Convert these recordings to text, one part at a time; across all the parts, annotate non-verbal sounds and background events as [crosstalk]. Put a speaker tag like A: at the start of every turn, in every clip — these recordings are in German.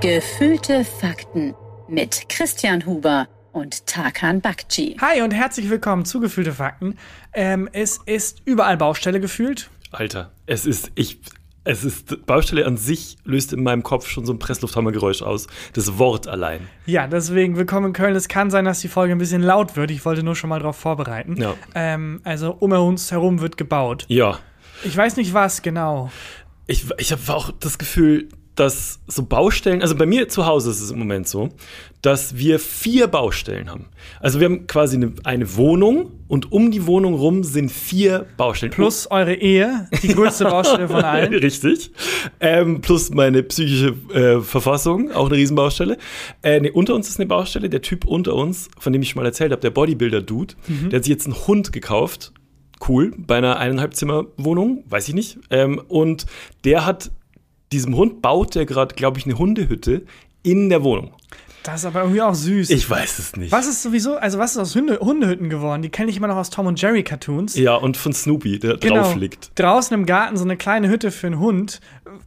A: Gefühlte Fakten mit Christian Huber und Tarkan Bakci.
B: Hi und herzlich willkommen zu Gefühlte Fakten. Ähm, es ist überall Baustelle gefühlt.
C: Alter, es ist, ich, es ist, Baustelle an sich löst in meinem Kopf schon so ein Presslufthammergeräusch aus. Das Wort allein.
B: Ja, deswegen willkommen in Köln. Es kann sein, dass die Folge ein bisschen laut wird. Ich wollte nur schon mal darauf vorbereiten.
C: Ja.
B: Ähm, also um uns herum wird gebaut.
C: Ja.
B: Ich weiß nicht was genau.
C: Ich, ich habe auch das Gefühl, dass so Baustellen, also bei mir zu Hause ist es im Moment so, dass wir vier Baustellen haben. Also wir haben quasi eine, eine Wohnung und um die Wohnung rum sind vier Baustellen.
B: Plus eure Ehe, die
C: [laughs]
B: größte Baustelle von allen.
C: Richtig. Ähm, plus meine psychische äh, Verfassung, auch eine Riesenbaustelle. Äh, nee, unter uns ist eine Baustelle. Der Typ unter uns, von dem ich schon mal erzählt habe, der Bodybuilder-Dude, der hat sich jetzt einen Hund gekauft. Cool, bei einer eineinhalb Zimmer-Wohnung, weiß ich nicht. Ähm, und der hat diesem Hund baut der gerade, glaube ich, eine Hundehütte in der Wohnung.
B: Das ist aber irgendwie auch süß.
C: Ich weiß es nicht.
B: was ist sowieso, also was ist aus Hunde, Hundehütten geworden? Die kenne ich immer noch aus Tom und Jerry Cartoons. Genau.
C: Ja, und von Snoopy, der drauf liegt.
B: Draußen im Garten so eine kleine Hütte für einen Hund.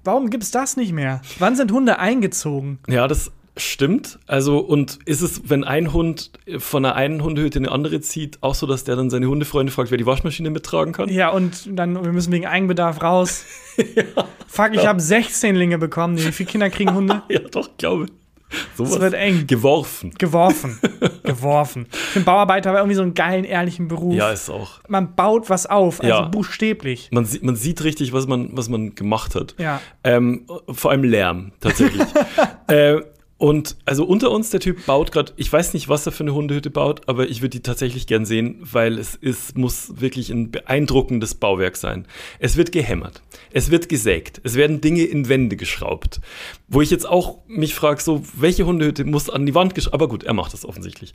B: Warum gibt's das nicht mehr? Wann sind Hunde eingezogen?
C: Ja, das stimmt. Also, und ist es, wenn ein Hund von der einen Hundehütte in eine andere zieht, auch so, dass der dann seine Hundefreunde fragt, wer die Waschmaschine mittragen kann?
B: Ja, und dann, wir müssen wegen Eigenbedarf raus. Fuck, ich habe 16 Linge bekommen. Nee, Wie viele Kinder kriegen
C: [laughs]
B: Hunde?
C: [laughs] Ja, doch, glaube. Sowas
B: wird eng.
C: Geworfen.
B: Geworfen. Geworfen. Ich finde Bauarbeiter aber irgendwie so einen geilen, ehrlichen Beruf.
C: Ja, ist auch.
B: Man baut was auf, also
C: Ja.
B: buchstäblich.
C: Man, sieht- man sieht richtig, was man, was man gemacht hat.
B: Ja.
C: Ähm, vor allem Lärm, tatsächlich. äh, und also unter uns, der Typ baut gerade, ich weiß nicht, was er für eine Hundehütte baut, aber ich würde die tatsächlich gern sehen, weil es ist, muss wirklich ein beeindruckendes Bauwerk sein. Es wird gehämmert, es wird gesägt, es werden Dinge in Wände geschraubt. Wo ich jetzt auch mich frage, so, welche Hundehütte muss an die Wand geschraubt? Aber gut, er macht das offensichtlich.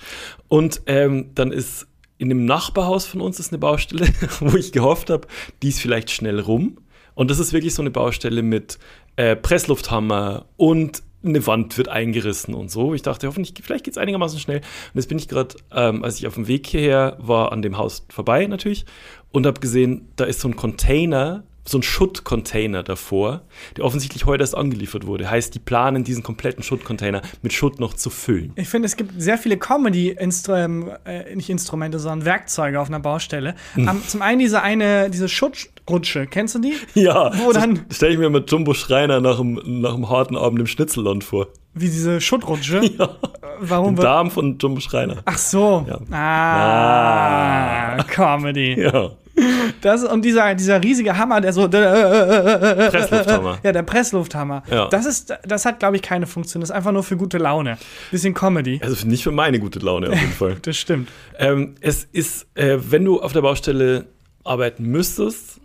C: Und ähm, dann ist in dem Nachbarhaus von uns ist eine Baustelle, [laughs] wo ich gehofft habe, die ist vielleicht schnell rum. Und das ist wirklich so eine Baustelle mit äh, Presslufthammer und eine Wand wird eingerissen und so. Ich dachte, hoffentlich, vielleicht geht es einigermaßen schnell. Und jetzt bin ich gerade, ähm, als ich auf dem Weg hierher war, an dem Haus vorbei natürlich und habe gesehen, da ist so ein Container, so ein Schuttcontainer davor, der offensichtlich heute erst angeliefert wurde. Heißt, die planen, diesen kompletten Schuttcontainer mit Schutt noch zu füllen. [laughs]
B: Ich finde, es gibt sehr viele Comedy-Instrumente, äh, nicht Instrumente, sondern Werkzeuge auf einer Baustelle.
C: Hm.
B: Am, zum einen diese eine, diese Schutzrutsche, kennst du die?
C: Ja,
B: Wo dann-
C: stelle ich mir mit Jumbo Schreiner nach einem, nach einem harten Abend im Schnitzelland vor. [laughs]
B: Wie diese Schuttrutsche. Ja. Warum
C: Den
B: wird.
C: Darm von Jumbo Schreiner.
B: Ach so.
C: Ja.
B: Ah, Comedy.
C: Ja.
B: Das, und dieser, dieser riesige Hammer, der äh, so. Presslufthammer.
C: Presslufthammer.
B: Ja, der Presslufthammer.
C: Ja.
B: Das, ist, das hat, glaube ich, keine Funktion. Das ist einfach nur für gute Laune. Bisschen Comedy.
C: Also nicht für meine [laughs] gute Laune auf jeden Fall.
B: Das stimmt.
C: ähm, es ist, äh, wenn du auf der Baustelle arbeiten müsstest,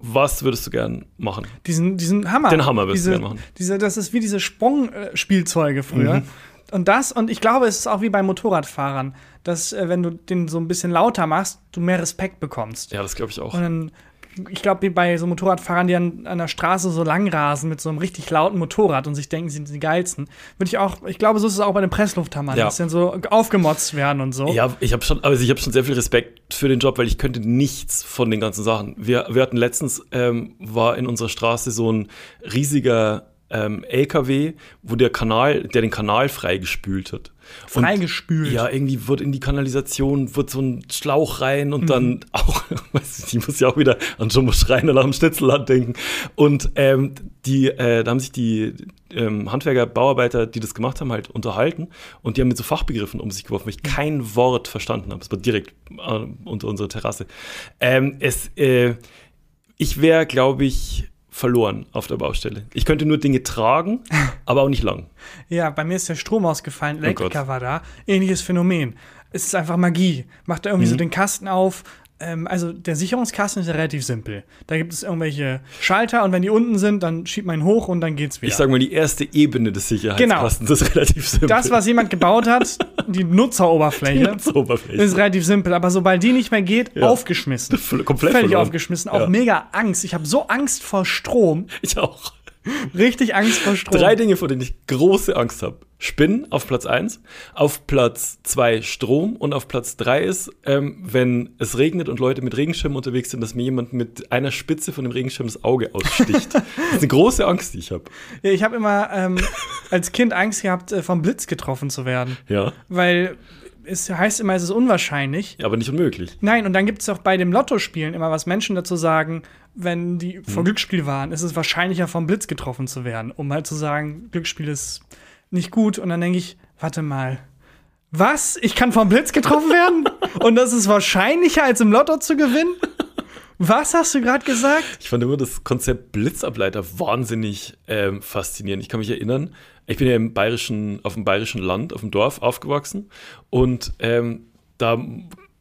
C: was würdest du gern machen?
B: Diesen, diesen Hammer.
C: Den Hammer würdest
B: diese,
C: du gerne machen. Mhm.
B: Diese, das ist wie diese Sprungspielzeuge früher. Und das, und ich glaube, es ist auch wie bei Motorradfahrern, dass, äh, wenn du den so ein bisschen lauter machst, du mehr Respekt bekommst.
C: Ja, das glaube ich auch.
B: Und dann, ich glaube, wie bei so Motorradfahrern, die an, an der Straße so lang rasen mit so einem richtig lauten Motorrad und sich denken, sie sind die geilsten, würde ich auch, ich glaube, so ist es auch bei den Presslufthammern,
C: Ja.
B: dass die dann so aufgemotzt werden und so.
C: Ja, ich habe schon, also ich habe schon sehr viel Respekt für den Job, weil ich könnte nichts von den ganzen Sachen. Wir, wir hatten letztens ähm, war in unserer Straße so ein riesiger ähm, LKW, wo der Kanal, der den Kanal freigespült hat. Und-
B: Freigespült?
C: Ja, irgendwie wird in die Kanalisation wird so ein Schlauch rein und dann [laughs] auch, weiß ich, ich muss ja auch wieder an Jumbo Schreiner nach dem Schnitzelland denken. Und ähm, die, äh, da haben sich die ähm, Handwerker, Bauarbeiter, die das gemacht haben, halt unterhalten und die haben mit so Fachbegriffen um sich geworfen, weil ich kein Wort verstanden habe. Es war direkt äh, unter unserer Terrasse. Ähm, es, äh, ich wäre, glaube ich, verloren auf der Baustelle. Ich könnte nur Dinge tragen, aber auch nicht lang.
B: Ja, bei mir ist der Strom ausgefallen, Elektriker
C: Oh Gott.
B: war da. Ähnliches Phänomen. Es ist einfach Magie. Macht da irgendwie
C: Mhm.
B: so den Kasten auf. Ähm, also der Sicherungskasten ist ja relativ simpel. Da gibt es irgendwelche Schalter und wenn die unten sind, dann schiebt man ihn hoch und dann geht's wieder.
C: Ich sag mal, die erste Ebene des Sicherheitskastens [laughs] ist relativ simpel.
B: das, was jemand gebaut hat, die Nutzeroberfläche,
C: [laughs] die Oberfläche.
B: ist relativ simpel. Aber sobald die nicht mehr geht, aufgeschmissen.
C: [laughs] Voll- komplett
B: Völlig
C: verloren.
B: aufgeschmissen. Auch
C: Ja.
B: mega Angst. Ich habe so Angst vor Strom.
C: Ich auch.
B: Richtig Angst vor Strom.
C: Drei Dinge, vor denen ich große Angst habe. Spinnen auf Platz 1, auf Platz 2 Strom und auf Platz 3 ist, ähm, wenn es regnet und Leute mit Regenschirm unterwegs sind, dass mir jemand mit einer Spitze von dem Regenschirm das Auge aussticht. das ist eine große Angst, die ich habe.
B: Ja, ich habe immer, ähm, als Kind Angst gehabt, äh, vom Blitz getroffen zu werden.
C: Ja.
B: Weil es heißt immer, es ist unwahrscheinlich.
C: Ja, aber nicht unmöglich.
B: Nein, und dann gibt es auch bei dem Lottospielen immer, was Menschen dazu sagen, wenn
C: Hm.
B: die vor Glücksspiel waren, ist es wahrscheinlicher, vom Blitz getroffen zu werden, um halt zu sagen, Glücksspiel ist nicht gut. Und dann denke ich, warte mal, was? Ich kann vom Blitz getroffen
C: [laughs]
B: werden? und das ist wahrscheinlicher, als im Lotto zu gewinnen? Was hast du gerade gesagt?
C: Ich fand immer das Konzept Blitzableiter wahnsinnig ähm, faszinierend. Ich kann mich erinnern, ich bin ja im bayerischen, auf dem bayerischen Land, auf dem Dorf aufgewachsen und ähm, da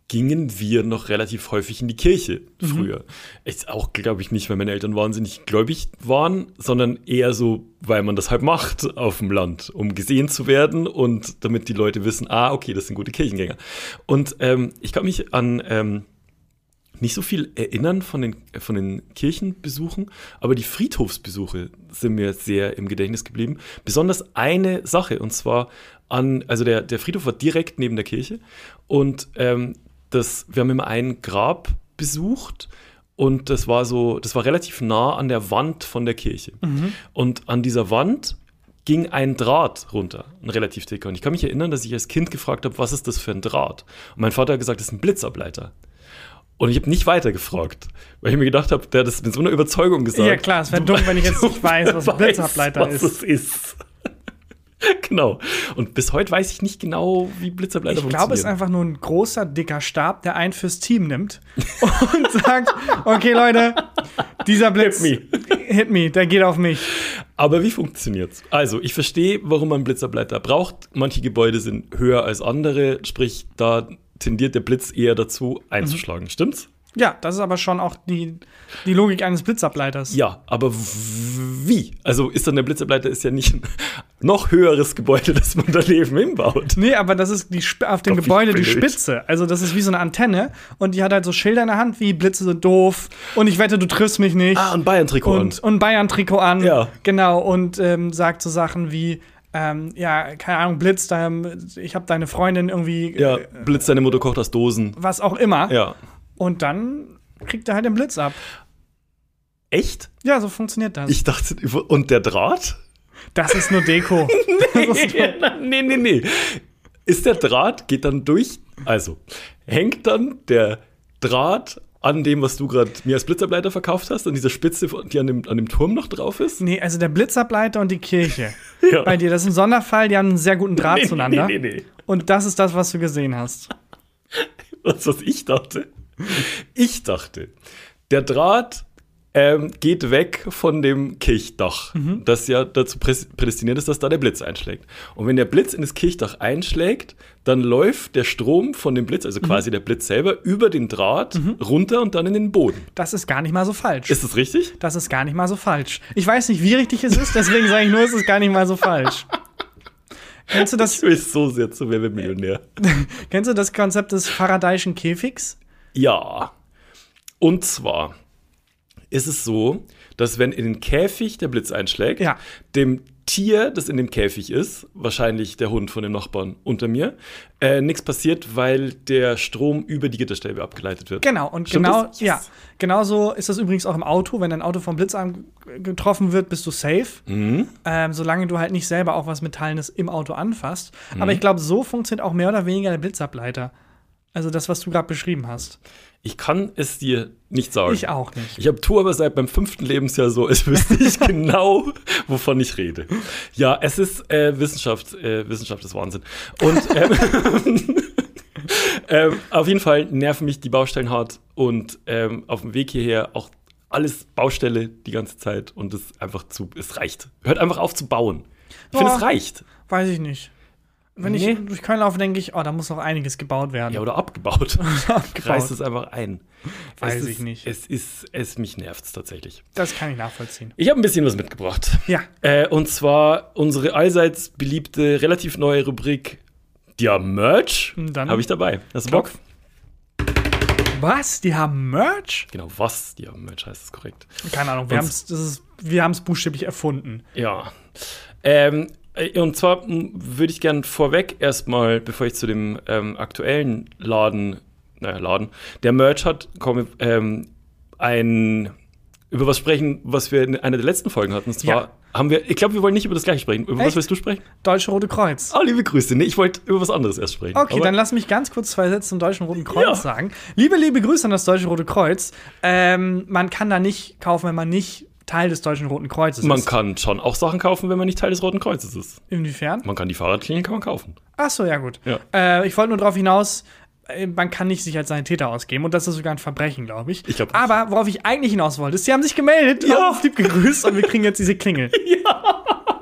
C: gingen wir noch relativ häufig in die Kirche früher. Jetzt auch, glaube ich, nicht, weil meine Eltern wahnsinnig gläubig waren, sondern eher so, weil man das halt macht auf dem Land, um gesehen zu werden und damit die Leute wissen, ah, okay, das sind gute Kirchengänger. Und ähm, ich kann mich an ähm, nicht so viel erinnern von den, äh, von den Kirchenbesuchen, aber die Friedhofsbesuche sind mir sehr im Gedächtnis geblieben. Besonders eine Sache, und zwar an, also der, der Friedhof war direkt neben der Kirche und ähm, das, wir haben immer ein Grab besucht und das war so, das war relativ nah an der Wand von der Kirche. Und an dieser Wand ging ein Draht runter, ein relativ dicker. Und ich kann mich erinnern, dass ich als Kind gefragt habe, was ist das für ein Draht? Und mein Vater hat gesagt, das ist ein Blitzableiter. Und ich habe nicht weiter gefragt, weil ich mir gedacht habe, der hat das mit so einer Überzeugung gesagt.
B: Ja, klar, es wäre dumm, wenn ich
C: [laughs]
B: jetzt nicht weiß, was ein
C: Wer weiß,
B: Blitzableiter
C: was
B: ist.
C: es ist. [laughs] genau. Und bis heute weiß ich nicht genau, wie Blitzableiter
B: Ich glaube, es ist
C: funktionieren.
B: einfach nur ein großer, dicker Stab, der einen fürs Team nimmt [laughs] und sagt: Okay, Leute, dieser Blitz.
C: Hit
B: Hit me, der geht auf mich.
C: Aber wie funktioniert's? Also, ich verstehe, warum man Blitzableiter braucht. Manche Gebäude sind höher als andere, sprich, da tendiert der Blitz eher dazu, einzuschlagen.
B: Mhm.
C: Stimmt's?
B: Ja, das ist aber schon auch die, die Logik eines Blitzableiters.
C: Ja, aber w- wie? Also ist dann der Blitzableiter ist ja nicht [laughs] ein noch höheres Gebäude, das man daneben hinbaut.
B: Nee, aber das ist die Sp auf dem
C: Gott, wie
B: Gebäude die
C: blöd.
B: Spitze. Also, das ist wie so eine Antenne und die hat halt so Schilder in der Hand wie Blitze sind doof und ich wette, du triffst mich nicht.
C: Ah, ein Bayern-Trikot an.
B: und, und Bayern-Trikot an.
C: Ja.
B: Genau, und ähm, sagt so Sachen wie, ähm, ja, keine Ahnung, Blitz, da, ich habe deine Freundin irgendwie,
C: Ja,
B: äh,
C: Blitz, deine Mutter kocht aus Dosen.
B: was auch immer.
C: Ja.
B: Und dann kriegt er halt den Blitz ab.
C: Echt?
B: Ja, so funktioniert das.
C: Ich dachte, und der [laughs] Draht?
B: das ist nur
C: [laughs]
B: Deko. Das ist nur-
C: nee, nee, nee. Ist der Draht, geht dann durch, also hängt dann der Draht an dem, was du gerade mir als Blitzableiter verkauft hast, an dieser Spitze, die an dem, an dem Turm noch drauf ist?
B: nee, also der Blitzableiter und die Kirche.
C: Ja.
B: Bei dir, das ist ein Sonderfall, die haben einen sehr guten Draht zueinander.
C: nee, nee.
B: Und das ist das, was du gesehen hast.
C: [laughs] Was, was ich dachte? Ich dachte, der Draht ähm, geht weg von dem Kirchdach, das ja dazu präs- prädestiniert ist, dass da der Blitz einschlägt. Und wenn der Blitz in das Kirchdach einschlägt, dann läuft der Strom von dem Blitz, also quasi der Blitz selber, über den Draht runter und dann in den Boden.
B: Das ist gar nicht mal so falsch.
C: Ist das richtig?
B: das ist gar nicht mal so falsch. Ich weiß nicht, wie richtig es ist, deswegen sage ich nur, es ist gar nicht mal so falsch.
C: [laughs]
B: Kennst du das,
C: Ich will so sehr zu Wer wird Millionär.
B: Kennst du das Konzept des Faradayschen Käfigs?
C: Ja. Und zwar ist es so, dass wenn in den Käfig der Blitz einschlägt,
B: Ja.
C: dem Tier, das in dem Käfig ist, wahrscheinlich der Hund von dem Nachbarn unter mir, äh, nichts passiert, weil der Strom über die Gitterstäbe abgeleitet wird.
B: Genau, und
C: Stimmt
B: genau,
C: das? Yes.
B: ja, genauso ist das übrigens auch im Auto. Wenn dein Auto vom Blitz angetroffen wird, bist du safe.
C: Mhm.
B: Ähm, solange du halt nicht selber auch was Metallenes im Auto anfasst.
C: Mhm.
B: Aber ich glaube, so funktioniert auch mehr oder weniger der Blitzableiter. Also das, was du gerade beschrieben hast.
C: Ich kann es dir nicht sagen.
B: Ich auch nicht.
C: Ich habe Tour aber seit meinem fünften Lebensjahr so,
B: [laughs]
C: als wüsste ich genau, wovon ich rede. Ja, es ist äh, Wissenschaft, äh, Wissenschaft ist Wahnsinn. Und ähm, [laughs] ähm, auf jeden Fall nerven mich die Baustellen hart und ähm, auf dem Weg hierher auch alles Baustelle die ganze Zeit und es ist einfach zu, es reicht. Hört einfach auf zu bauen. Ich finde,
B: Ja.
C: es reicht.
B: Weiß ich nicht. Wenn
C: Nee.
B: ich durch Köln laufe, denke ich, oh, da muss noch einiges gebaut werden. [laughs]
C: Ja, oder abgebaut. Reißt es einfach ein.
B: Weiß
C: es
B: ich
C: ist,
B: nicht.
C: Es ist, es mich nervt es tatsächlich.
B: Das kann ich nachvollziehen.
C: Ich habe ein bisschen was mitgebracht.
B: Ja.
C: Äh, und zwar unsere allseits beliebte, relativ neue Rubrik, der Merch.
B: Hm, Dann-
C: Habe ich dabei. Hast du Bock?
B: Was? Die haben Merch?
C: Genau, was? Der Merch heißt es korrekt.
B: Keine Ahnung, wir haben
C: Und-
B: es wir haben's buchstäblich erfunden.
C: Ja. Ähm, äh, und zwar m, würde ich gern vorweg erstmal, bevor ich zu dem ähm, aktuellen Laden, naja, Laden, der Merch hat, komme ähm, ein über was sprechen, was wir in einer der letzten Folgen hatten. Und zwar
B: Ja.
C: haben wir, ich glaube, wir wollen nicht über das gleiche sprechen. Über was
B: Echt?
C: willst du sprechen?
B: Deutsche Rote Kreuz.
C: Ah, liebe Grüße. Nee, ich wollte über was anderes erst sprechen.
B: Okay,
C: Aber-
B: dann lass mich ganz kurz zwei Sätze zum Deutschen Roten Kreuz
C: Ja.
B: sagen. Liebe, liebe Grüße an das Deutsche Rote Kreuz. Ähm, man kann da nicht kaufen, wenn man nicht Teil des Deutschen Roten Kreuzes
C: Man
B: ist.
C: kann schon auch Sachen kaufen, wenn man nicht Teil des Roten Kreuzes ist.
B: Inwiefern?
C: Man kann die Fahrradklinge kann man kaufen.
B: Ach so, ja gut.
C: Ja.
B: Äh, ich wollte nur darauf hinaus, äh, man kann nicht sich als Sanitäter ausgeben und das ist sogar ein Verbrechen, glaube ich.
C: Ich glaub nicht.
B: Aber worauf ich eigentlich hinaus wollte, ist, sie haben sich gemeldet,
C: Ja.
B: haben uns lieb gegrüßt und wir kriegen jetzt diese
C: [laughs]
B: Klingel. Ja.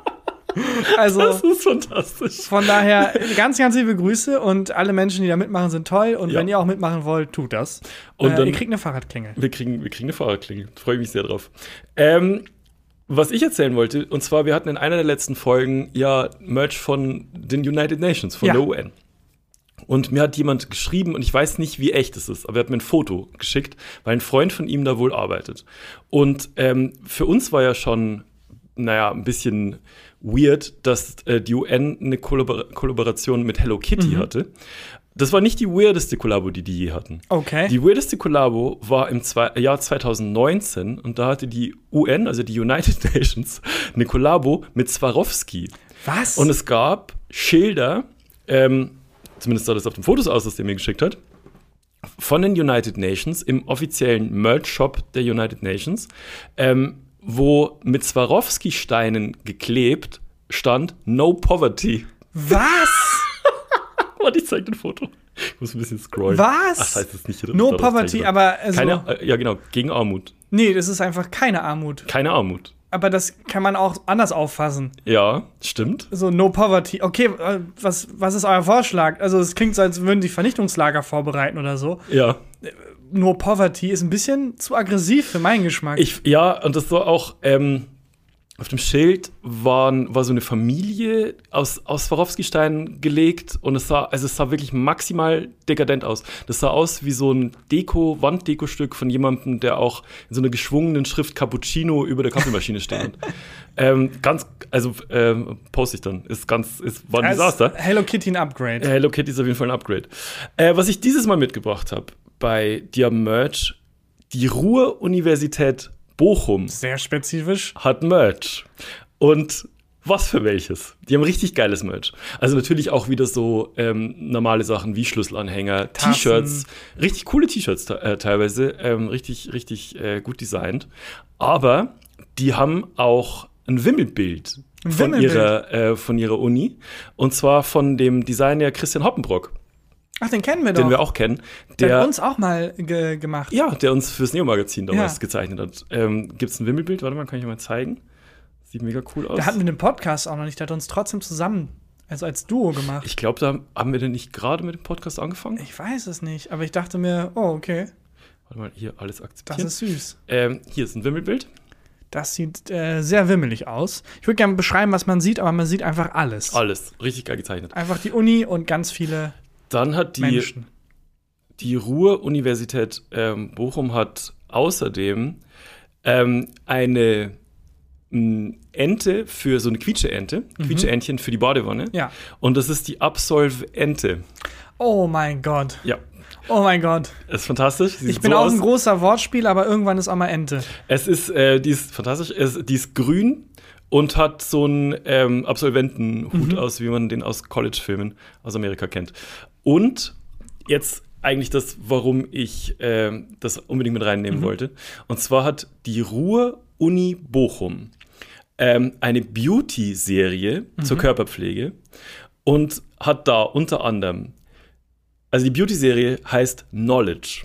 B: Also
C: Das ist fantastisch.
B: von daher ganz, ganz liebe Grüße und alle Menschen, die da mitmachen, sind toll und
C: Ja.
B: wenn ihr auch mitmachen wollt, tut das.
C: Und
B: äh,
C: dann-
B: ihr kriegt eine Fahrradklingel.
C: Wir kriegen, wir kriegen eine Fahrradklinge. Freue mich sehr drauf. Ähm, was ich erzählen wollte, und zwar, wir hatten in einer der letzten Folgen ja Merch von den United Nations, von
B: Ja.
C: der UN. Und mir hat jemand geschrieben, und ich weiß nicht, wie echt es ist, aber er hat mir ein Foto geschickt, weil ein Freund von ihm da wohl arbeitet. Und ähm, für uns war ja schon, naja, ein bisschen weird, dass äh, die UN eine Kollabor Kollaboration mit Hello Kitty hatte. Das war nicht die weirdeste Kollabo, die die je hatten.
B: Okay.
C: Die weirdeste Kollabo war im zwei Jahr 2019 und da hatte die UN, also die United [laughs] Nations, eine Kollabo mit Swarovski.
B: Was?
C: Und es gab Schilder, ähm, zumindest sah das auf den Fotos aus, das der mir geschickt hat, von den United Nations im offiziellen Merch-Shop der United Nations, ähm, wo mit Swarovski-Steinen geklebt stand No Poverty.
B: Was?
C: Warte, ich zeig dir ein Foto. Ich muss ein bisschen scrollen.
B: Was?
C: Ach, das heißt es nicht. oder?
B: No
C: Doch, das zeig ich
B: Poverty,
C: dir.
B: aber also-
C: Keine, äh, ja, genau, gegen Armut.
B: Nee, das ist einfach keine Armut.
C: Keine Armut.
B: Aber das kann man auch anders auffassen.
C: Ja, stimmt.
B: So, no poverty. Okay, äh, was, was ist euer Vorschlag? Also, es klingt so, als würden die Vernichtungslager vorbereiten oder so.
C: Ja.
B: No poverty ist ein bisschen zu aggressiv für meinen Geschmack.
C: Ich, ja, und das war auch, ähm, auf dem Schild waren, war so eine Familie aus, aus Swarovski-Steinen gelegt und es sah, also es sah wirklich maximal dekadent aus. Das sah aus wie so ein Deko, Wanddekostück von jemandem, der auch in so einer geschwungenen Schrift Cappuccino über der Kaffeemaschine stand. ähm, ganz, also, ähm, poste ich dann. Ist ganz, ist, war ein
B: Also,
C: Desaster.
B: Hello Kitty ein Upgrade.
C: Ja, Äh, Hello Kitty ist auf jeden Fall ein Upgrade. Äh, was ich dieses Mal mitgebracht habe bei dir Merch, die Ruhr-Universität Bochum
B: Sehr spezifisch.
C: hat Merch. Und was für welches? Die haben richtig geiles Merch. Also natürlich auch wieder so ähm, normale Sachen wie Schlüsselanhänger,
B: Tassen.
C: T-Shirts, richtig coole T-Shirts te- äh, teilweise, ähm, richtig, richtig äh, gut designt. Aber die haben auch ein Wimmelbild,
B: Ein
C: von,
B: Wimmelbild?
C: Ihrer, äh, von ihrer Uni. Und zwar von dem Designer Christian Hoppenbrock,
B: Ach, den kennen wir doch.
C: den wir auch kennen.
B: der,
C: Der,
B: hat uns auch mal ge gemacht.
C: ja, der uns fürs Neo-Magazin damals
B: Ja.
C: gezeichnet hat. Ähm, Gibt es ein Wimmelbild? Warte mal, kann ich mal zeigen. Sieht mega cool aus.
B: Der hatten wir den Podcast auch noch nicht. Der hat uns trotzdem zusammen, also als Duo gemacht.
C: Ich glaube, da haben wir denn nicht gerade mit dem Podcast angefangen.
B: Ich weiß es nicht, aber ich dachte mir, oh, okay,
C: Warte mal, hier alles
B: das
C: akzeptieren.
B: ist süß.
C: ähm, hier ist ein Wimmelbild.
B: Das sieht äh, sehr wimmelig aus. Ich würde gerne beschreiben, was man sieht, aber man sieht einfach alles.
C: Alles richtig geil gezeichnet.
B: Einfach die Uni und ganz viele
C: Dann hat die,
B: Menschen.
C: die Ruhr-Universität ähm, Bochum hat außerdem ähm, eine m, Ente für so eine Quietscheente, Quietscheentchen für die Badewanne.
B: Mhm. Ja.
C: Und das ist die Absolv-Ente.
B: Oh mein Gott.
C: Ja,
B: Oh mein Gott.
C: ist fantastisch. Sie
B: Ich
C: sieht
B: bin
C: so
B: auch
C: aus.
B: ein großer Wortspiel, aber irgendwann ist auch mal Ente.
C: Es ist, äh, die ist fantastisch, es, die ist grün und hat so einen ähm, Absolventenhut aus, wie man den aus College-Filmen aus Amerika kennt. Und jetzt eigentlich das, warum ich ähm, das unbedingt mit reinnehmen wollte. Und zwar hat die Ruhr-Uni Bochum ähm, eine Beauty-Serie zur Körperpflege und hat da unter anderem, also die Beauty-Serie heißt Knowledge.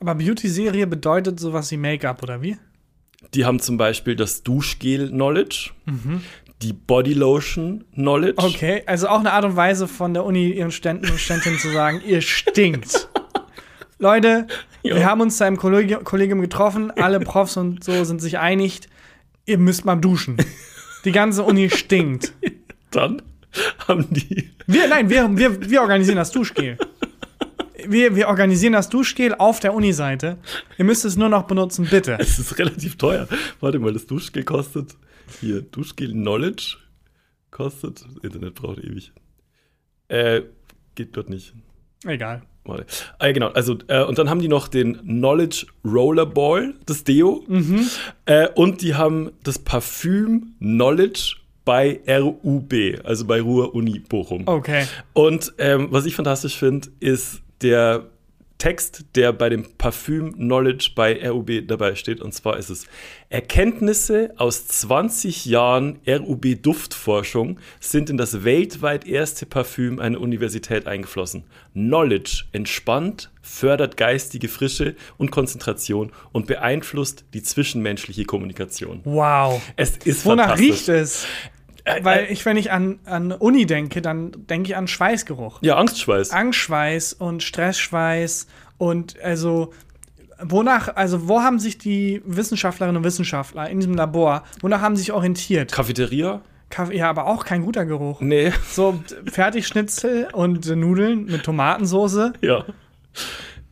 B: Aber Beauty-Serie bedeutet sowas wie Make-up, oder wie?
C: Die haben zum Beispiel das Duschgel-Knowledge, die Bodylotion-Knowledge.
B: Mhm. Okay, also auch eine Art und Weise von der Uni ihren Ständen und Ständinnen zu sagen, ihr
C: [laughs]
B: stinkt. Leute,
C: Ja.
B: wir haben uns da im Kollegium, Kollegium getroffen, alle Profs und so sind sich einig, ihr müsst mal duschen. Die ganze Uni stinkt.
C: Dann [laughs] haben die.
B: Wir, nein, wir, wir, wir organisieren das Duschgel. Wir, wir organisieren das Duschgel auf der Uni-Seite. Ihr müsst es nur noch benutzen, bitte.
C: Es ist relativ teuer. Warte mal, das Duschgel kostet. Hier, Duschgel-Knowledge kostet. Internet braucht ewig. Äh, geht dort nicht.
B: Egal.
C: Warte. Ah, ja, genau. Also, äh, und dann haben die noch den Knowledge Rollerball, das Deo.
B: Mhm.
C: Äh, und die haben das Parfüm Knowledge bei RUB, also bei Ruhr Uni Bochum.
B: Okay.
C: Und ähm, was ich fantastisch finde, ist der Text, der bei dem Parfüm Knowledge bei RUB dabei steht. Und zwar ist es: Erkenntnisse aus 20 Jahren RUB-Duftforschung sind in das weltweit erste Parfüm einer Universität eingeflossen. Knowledge entspannt, fördert geistige Frische und Konzentration und beeinflusst die zwischenmenschliche Kommunikation.
B: Wow.
C: Es ist
B: Wonach
C: fantastisch.
B: riecht es?
C: Äh,
B: Weil
C: äh,
B: ich, wenn ich an, an Uni denke, dann denke ich an Schweißgeruch.
C: ja, Angstschweiß.
B: Angstschweiß und Stressschweiß und also wonach, also wo haben sich die Wissenschaftlerinnen und Wissenschaftler in diesem Labor, wonach haben sie sich orientiert?
C: Cafeteria?
B: Kaffee, ja, aber auch kein guter Geruch.
C: Nee.
B: So Fertigschnitzel und äh, Nudeln mit Tomatensoße.
C: Ja.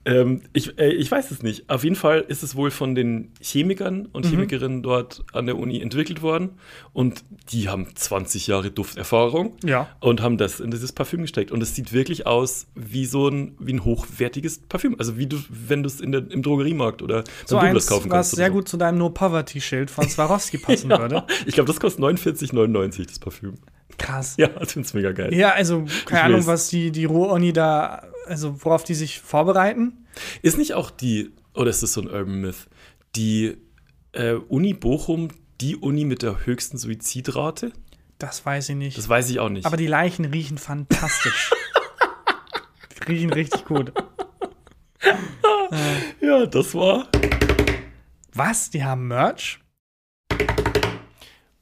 C: Ähm, ich, äh, ich weiß es nicht. Auf jeden Fall ist es wohl von den Chemikern und
B: Mhm.
C: Chemikerinnen dort an der Uni entwickelt worden. Und die haben 20 Jahre Dufterfahrung
B: Ja.
C: und haben das in dieses Parfüm gesteckt. Und es sieht wirklich aus wie so ein, wie ein hochwertiges Parfüm. Also wie du, wenn du es in der- im Drogeriemarkt oder
B: So
C: beim Douglas
B: eins,
C: kaufen
B: was
C: kannst.
B: sehr
C: oder so.
B: gut zu deinem No-Poverty-Schild von Swarovski
C: [laughs]
B: passen würde.
C: Ich glaube, das kostet 49,99 das Parfüm.
B: Krass.
C: Ja, das finde ich mega geil.
B: Ja, also keine
C: Ich
B: Ahnung,
C: weiß.
B: was die, die Ruhr-Uni da, also worauf die sich vorbereiten.
C: Ist nicht auch die, oder ist das so ein Urban Myth, die äh, Uni Bochum die Uni mit der höchsten Suizidrate?
B: Das weiß ich nicht.
C: Das weiß ich auch nicht.
B: Aber die Leichen
D: [laughs]
B: riechen fantastisch. die riechen richtig gut.
C: ja, das war
B: Was? Die haben Merch?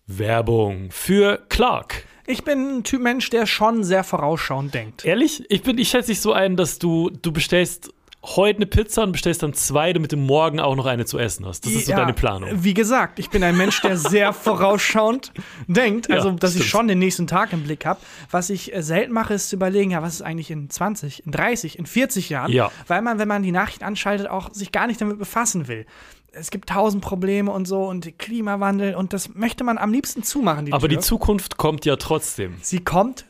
C: Werbung für Clark.
B: Ich bin ein Typ Mensch, der schon sehr vorausschauend denkt.
D: Ehrlich? Ich, bin, ich schätze dich so ein, dass du, du bestellst heute eine Pizza und bestellst dann zwei, damit du morgen auch noch eine zu essen hast. Das ist so
B: Ja,
D: deine Planung.
B: Wie gesagt, ich bin ein Mensch,
D: [laughs]
B: der sehr vorausschauend denkt. Also, dass ich
D: stimmt.
B: schon den nächsten Tag im Blick habe. Was ich äh, selten mache, ist zu überlegen, ja, was ist eigentlich in 20, in 30, in 40 Jahren?
D: Ja.
B: Weil man, wenn man die Nachrichten anschaltet, auch sich gar nicht damit befassen will. Es gibt tausend Probleme und so und Klimawandel und das möchte man am liebsten zumachen. Die
D: Aber die
B: Tür.
D: Zukunft kommt ja trotzdem.
B: Sie kommt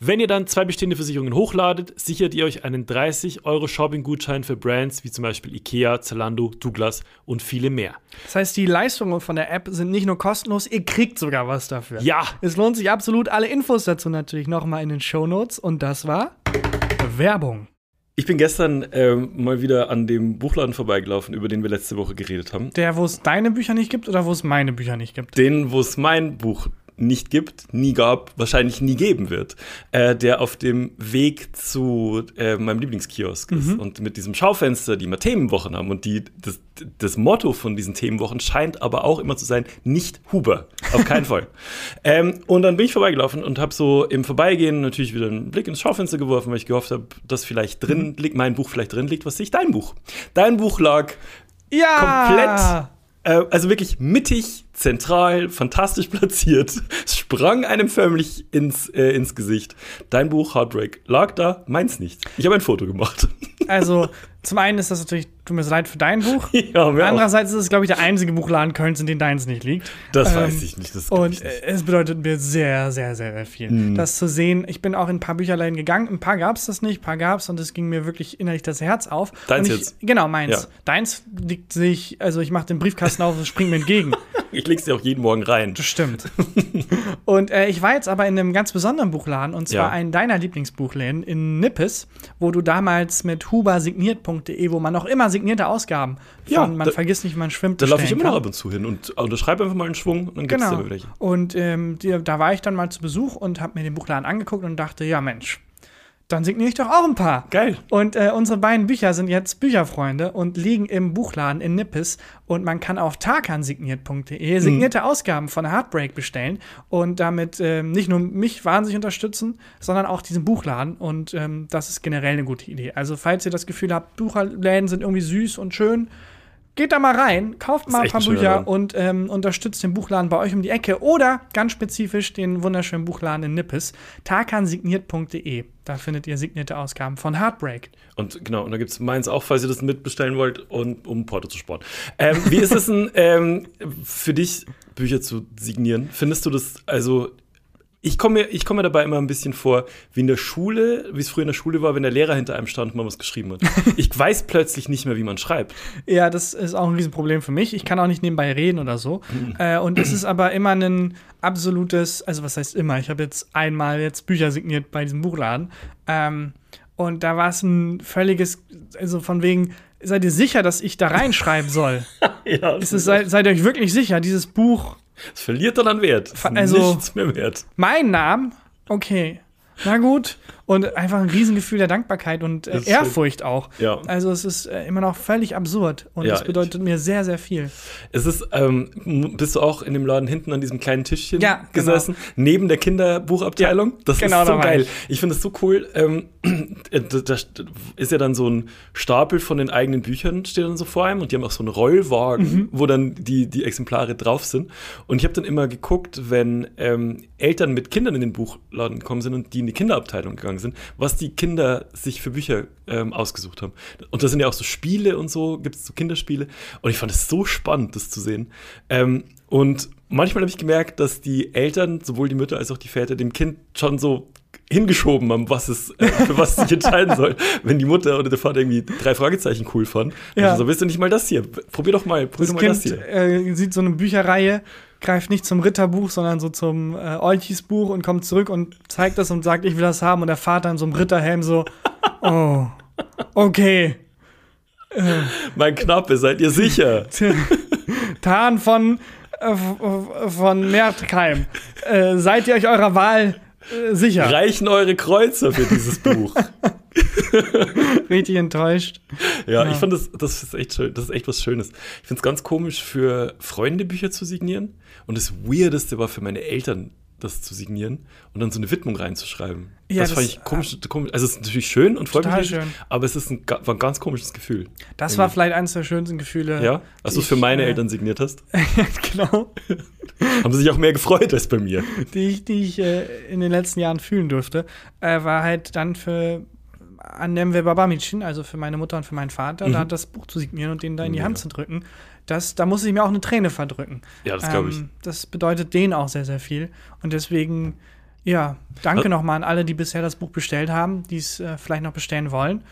D: Wenn ihr dann zwei bestehende Versicherungen hochladet, sichert ihr euch einen 30-Euro-Shopping-Gutschein für Brands wie zum Beispiel Ikea, Zalando, Douglas und viele mehr.
B: Das heißt, die Leistungen von der App sind nicht nur kostenlos, ihr kriegt sogar was dafür.
D: Ja.
B: Es lohnt sich absolut. Alle Infos dazu natürlich nochmal in den Shownotes. Und das war Werbung.
C: Ich bin gestern ähm, mal wieder an dem Buchladen vorbeigelaufen, über den wir letzte Woche geredet haben.
B: Der, wo es deine Bücher nicht gibt oder wo es meine Bücher nicht gibt.
C: Den, wo es mein Buch nicht gibt, nie gab, wahrscheinlich nie geben wird, äh, der auf dem Weg zu äh, meinem Lieblingskiosk ist. Und mit diesem Schaufenster, die immer Themenwochen haben. Und die, das, das Motto von diesen Themenwochen scheint aber auch immer zu sein, nicht Huber. Auf keinen Fall. Ähm, und dann bin ich vorbeigelaufen und habe so im Vorbeigehen natürlich wieder einen Blick ins Schaufenster geworfen, weil ich gehofft habe, dass vielleicht drin liegt, mein Buch vielleicht drin liegt. Was sehe ich? Dein Buch. Dein Buch lag
B: Ah.
C: komplett, äh, also wirklich mittig, zentral, fantastisch [laughs] platziert, Es sprang einem förmlich ins, äh, ins Gesicht. Dein Buch Heartbreak lag da, meins nicht. Ich habe ein Foto gemacht. [laughs]
B: Also, zum einen ist das natürlich, tut mir so leid für dein Buch.
C: [laughs] Ja, mir auch.
B: Andererseits ist es, glaube ich, der einzige Buchladen Kölns, in dem deins nicht liegt. Ähm,
C: Das weiß ich nicht, das glaub
B: Und
C: ich nicht. Hm.
B: äh, es bedeutet mir sehr, sehr, sehr, sehr viel. Das zu sehen, ich bin auch in ein paar Bücherläden gegangen, ein paar gab es das nicht, ein paar gab es und es ging mir wirklich innerlich das Herz auf.
C: Deins
B: und ich,
C: jetzt?
B: Genau, meins.
C: Ja.
B: Deins liegt sich, also ich mache den Briefkasten auf, es springt mir
C: [laughs]
B: entgegen.
C: Ich leg's dir auch jeden Morgen rein.
B: Stimmt. und äh, ich war jetzt aber in einem ganz besonderen Buchladen und zwar
C: Ja.
B: einen deiner Lieblingsbuchläden in Nippes, wo du damals mit hubersigniert.de, wo man noch immer signierte Ausgaben von
C: Ja,
B: Man
C: da-
B: vergisst nicht, man schwimmt.
C: Da laufe ich
B: bestellen
C: immer noch
B: kann.
C: ab und zu hin und unterschreibe einfach mal einen Schwung und dann gibt's
B: Genau.
C: dir welche.
B: Und ähm, die, da war ich dann mal zu Besuch und habe mir den Buchladen angeguckt und dachte, ja Mensch, dann signiere ich doch auch ein paar.
C: Geil.
B: Und äh, unsere beiden Bücher sind jetzt Bücherfreunde und liegen im Buchladen in Nippes. Und man kann auf tarkansigniert.de signierte
C: Mhm.
B: Ausgaben von Heartbreak bestellen und damit ähm, nicht nur mich wahnsinnig unterstützen, sondern auch diesen Buchladen. Und ähm, das ist generell eine gute Idee. Also, falls ihr das Gefühl habt, Buchläden sind irgendwie süß und schön, geht da mal rein, kauft mal ein
C: echt
B: paar
C: ein schöner
B: Bücher
C: Laden.
B: und ähm, unterstützt den Buchladen bei euch um die Ecke oder ganz spezifisch den wunderschönen Buchladen in Nippes, tarkansigniert.de. Da findet ihr signierte Ausgaben von Heartbreak.
C: Und genau, und da gibt's meins auch, falls ihr das mitbestellen wollt, und, um Porto zu sparen. Ähm, wie ist es denn ähm, für dich, Bücher zu signieren? Findest du das, also ich komme mir, ich komm mir dabei immer ein bisschen vor, wie in der Schule, wie es früher in der Schule war, wenn der Lehrer hinter einem stand und man was geschrieben hat.
B: [laughs]
C: Ich weiß plötzlich nicht mehr, wie man schreibt.
B: Ja, das ist auch ein Riesenproblem für mich. Ich kann auch nicht nebenbei reden oder so.
C: Mhm.
B: Äh, und es ist aber immer ein absolutes, also was heißt immer, ich habe jetzt einmal jetzt Bücher signiert bei diesem Buchladen. Ähm, und da war es ein völliges, also von wegen, seid ihr sicher, dass ich da reinschreiben soll?
C: [laughs] Ja,
B: Es ist, seid, seid ihr euch wirklich sicher, dieses Buch,
C: es verliert dann an Wert. Es ist
B: Also-
C: nichts mehr wert.
B: mein Namen? Okay. Na gut. Und einfach ein Riesengefühl der Dankbarkeit und äh,
C: Das stimmt.
B: Ehrfurcht auch.
C: Ja.
B: Also es ist äh, immer noch völlig absurd und
C: Ja,
B: es bedeutet mir sehr, sehr viel.
C: Es ist, ähm, m- bist du auch in dem Laden hinten an diesem kleinen Tischchen
B: Ja, genau.
C: gesessen, neben der Kinderbuchabteilung? Das
B: genau,
C: ist so
B: da war
C: geil.
B: ich.
C: Ich, finde es so cool. Ähm, äh, da, da st- ist ja dann so ein Stapel von den eigenen Büchern, steht dann so vor einem und die haben auch so einen Rollwagen, wo dann die, die Exemplare drauf sind. Und ich habe dann immer geguckt, wenn ähm, Eltern mit Kindern in den Buchladen gekommen sind und die in die Kinderabteilung gegangen sind, was die Kinder sich für Bücher ähm, ausgesucht haben. Und da sind ja auch so Spiele und so, gibt es so Kinderspiele. Und ich fand es so spannend, das zu sehen. Ähm, und manchmal habe ich gemerkt, dass die Eltern, sowohl die Mütter als auch die Väter, dem Kind schon so hingeschoben haben, was es, äh, für was es sich
B: [laughs]
C: entscheiden soll. Wenn die Mutter oder der Vater irgendwie drei Fragezeichen cool fanden,
B: Ja.
C: ja. so willst du nicht mal das hier. Probier doch mal, probier
B: Das
C: doch mal das
B: Kind
C: hier.
B: äh, sieht so eine Bücherreihe, greift nicht zum Ritterbuch, sondern so zum äh, Olchis Buch und kommt zurück und zeigt das und sagt, ich will das haben. Und der Vater in so einem Ritterhelm
C: [laughs]
B: so, oh, okay.
C: Mein Knappe, seid ihr sicher?
B: Tarn von, äh, f- f- von Mertkeim. Äh, seid ihr euch eurer Wahl äh, sicher?
C: Reichen eure Kreuzer für dieses Buch.
B: Richtig enttäuscht.
C: Ja, ich finde das, das ist echt schön, das ist echt was Schönes. Ich finde es ganz komisch, für Freunde Bücher zu signieren. Und das Weirdeste war für meine Eltern, das zu signieren und dann so eine Widmung reinzuschreiben.
B: Ja, das-
C: das,
B: äh,
C: fand ich komisch, komisch. Also es ist natürlich schön und freut mich.
B: Total
C: natürlich,
B: schön.
C: Aber es ist ein, ga- war ein ganz komisches Gefühl.
B: Das war vielleicht eines der schönsten Gefühle.
C: Ja, als du es für
B: ich,
C: meine
B: äh, [laughs]
C: Eltern signiert hast, [laughs]
B: genau.
C: haben sie sich auch mehr gefreut als bei mir.
B: die ich, die ich äh, in den letzten Jahren fühlen durfte, äh, war halt dann für Annemwe Babamichin, also für meine Mutter und für meinen Vater,
C: Mhm.
B: da das Buch zu signieren und denen da in die Hand zu drücken. Das, da musste ich mir auch eine Träne verdrücken. Ähm,
C: Ja, das glaub ich.
B: Das bedeutet denen auch sehr, sehr viel. Und deswegen, ja, danke
C: Also-
B: nochmal an alle, die bisher das Buch bestellt haben, die es äh, vielleicht noch bestellen wollen.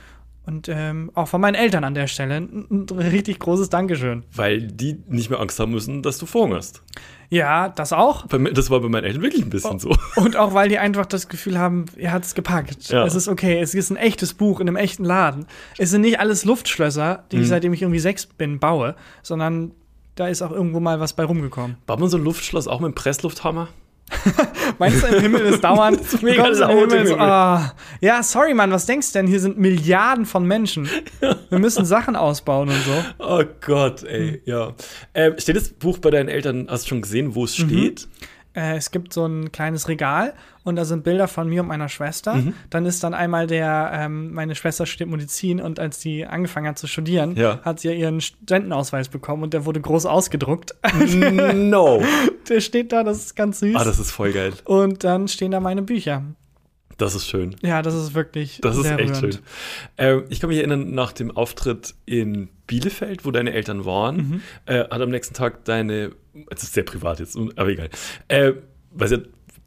B: Und ähm, auch von meinen Eltern an der Stelle ein, ein richtig großes Dankeschön.
C: Weil die nicht mehr Angst haben müssen, dass du verhungerst.
B: Ja, das auch.
C: Bei mir, das war bei meinen Eltern wirklich ein bisschen so.
B: Und auch, weil die einfach das Gefühl haben, er hat es gepackt.
C: Ja.
B: Es ist okay, es ist ein echtes Buch in einem echten Laden. Es sind nicht alles Luftschlösser,
D: Mhm.
B: die ich seitdem ich irgendwie sechs bin, baue, sondern da ist auch irgendwo mal was bei rumgekommen.
C: War man so ein Luftschloss auch mit einem Presslufthammer?
B: Meinst du, im Himmel ist
D: [laughs]
B: dauernd
D: ist mega
B: du kommst in den
D: laut im
B: Himmel, so,
D: Himmel.
B: ah. Ja, sorry, Mann, was denkst du denn? Hier sind Milliarden von Menschen. Wir müssen Sachen ausbauen und so.
D: Oh Gott,
C: Ey, ja. Ähm, steht das Buch bei deinen Eltern, hast du schon gesehen, wo es [laughs] steht?
B: Äh, es gibt so ein kleines Regal und da sind Bilder von mir und meiner Schwester.
C: Mhm.
B: Dann ist dann einmal der, ähm, meine Schwester studiert Medizin und als die angefangen hat zu studieren,
C: Ja.
B: hat sie ja ihren Studentenausweis bekommen und der wurde groß ausgedruckt.
C: [laughs] No.
B: [laughs] der steht da, das ist ganz süß.
C: Mhm. Ah, das ist voll geil.
B: und dann stehen da meine Bücher.
C: Das ist schön.
B: Ja, das ist wirklich
C: Das ist
B: sehr
C: echt
B: rührend.
C: schön. Ähm, ich kann mich erinnern, nach dem Auftritt in Bielefeld, wo deine Eltern waren,
B: Mhm.
C: äh, hat am nächsten Tag deine, es ist sehr privat jetzt, aber egal, äh, weil es ja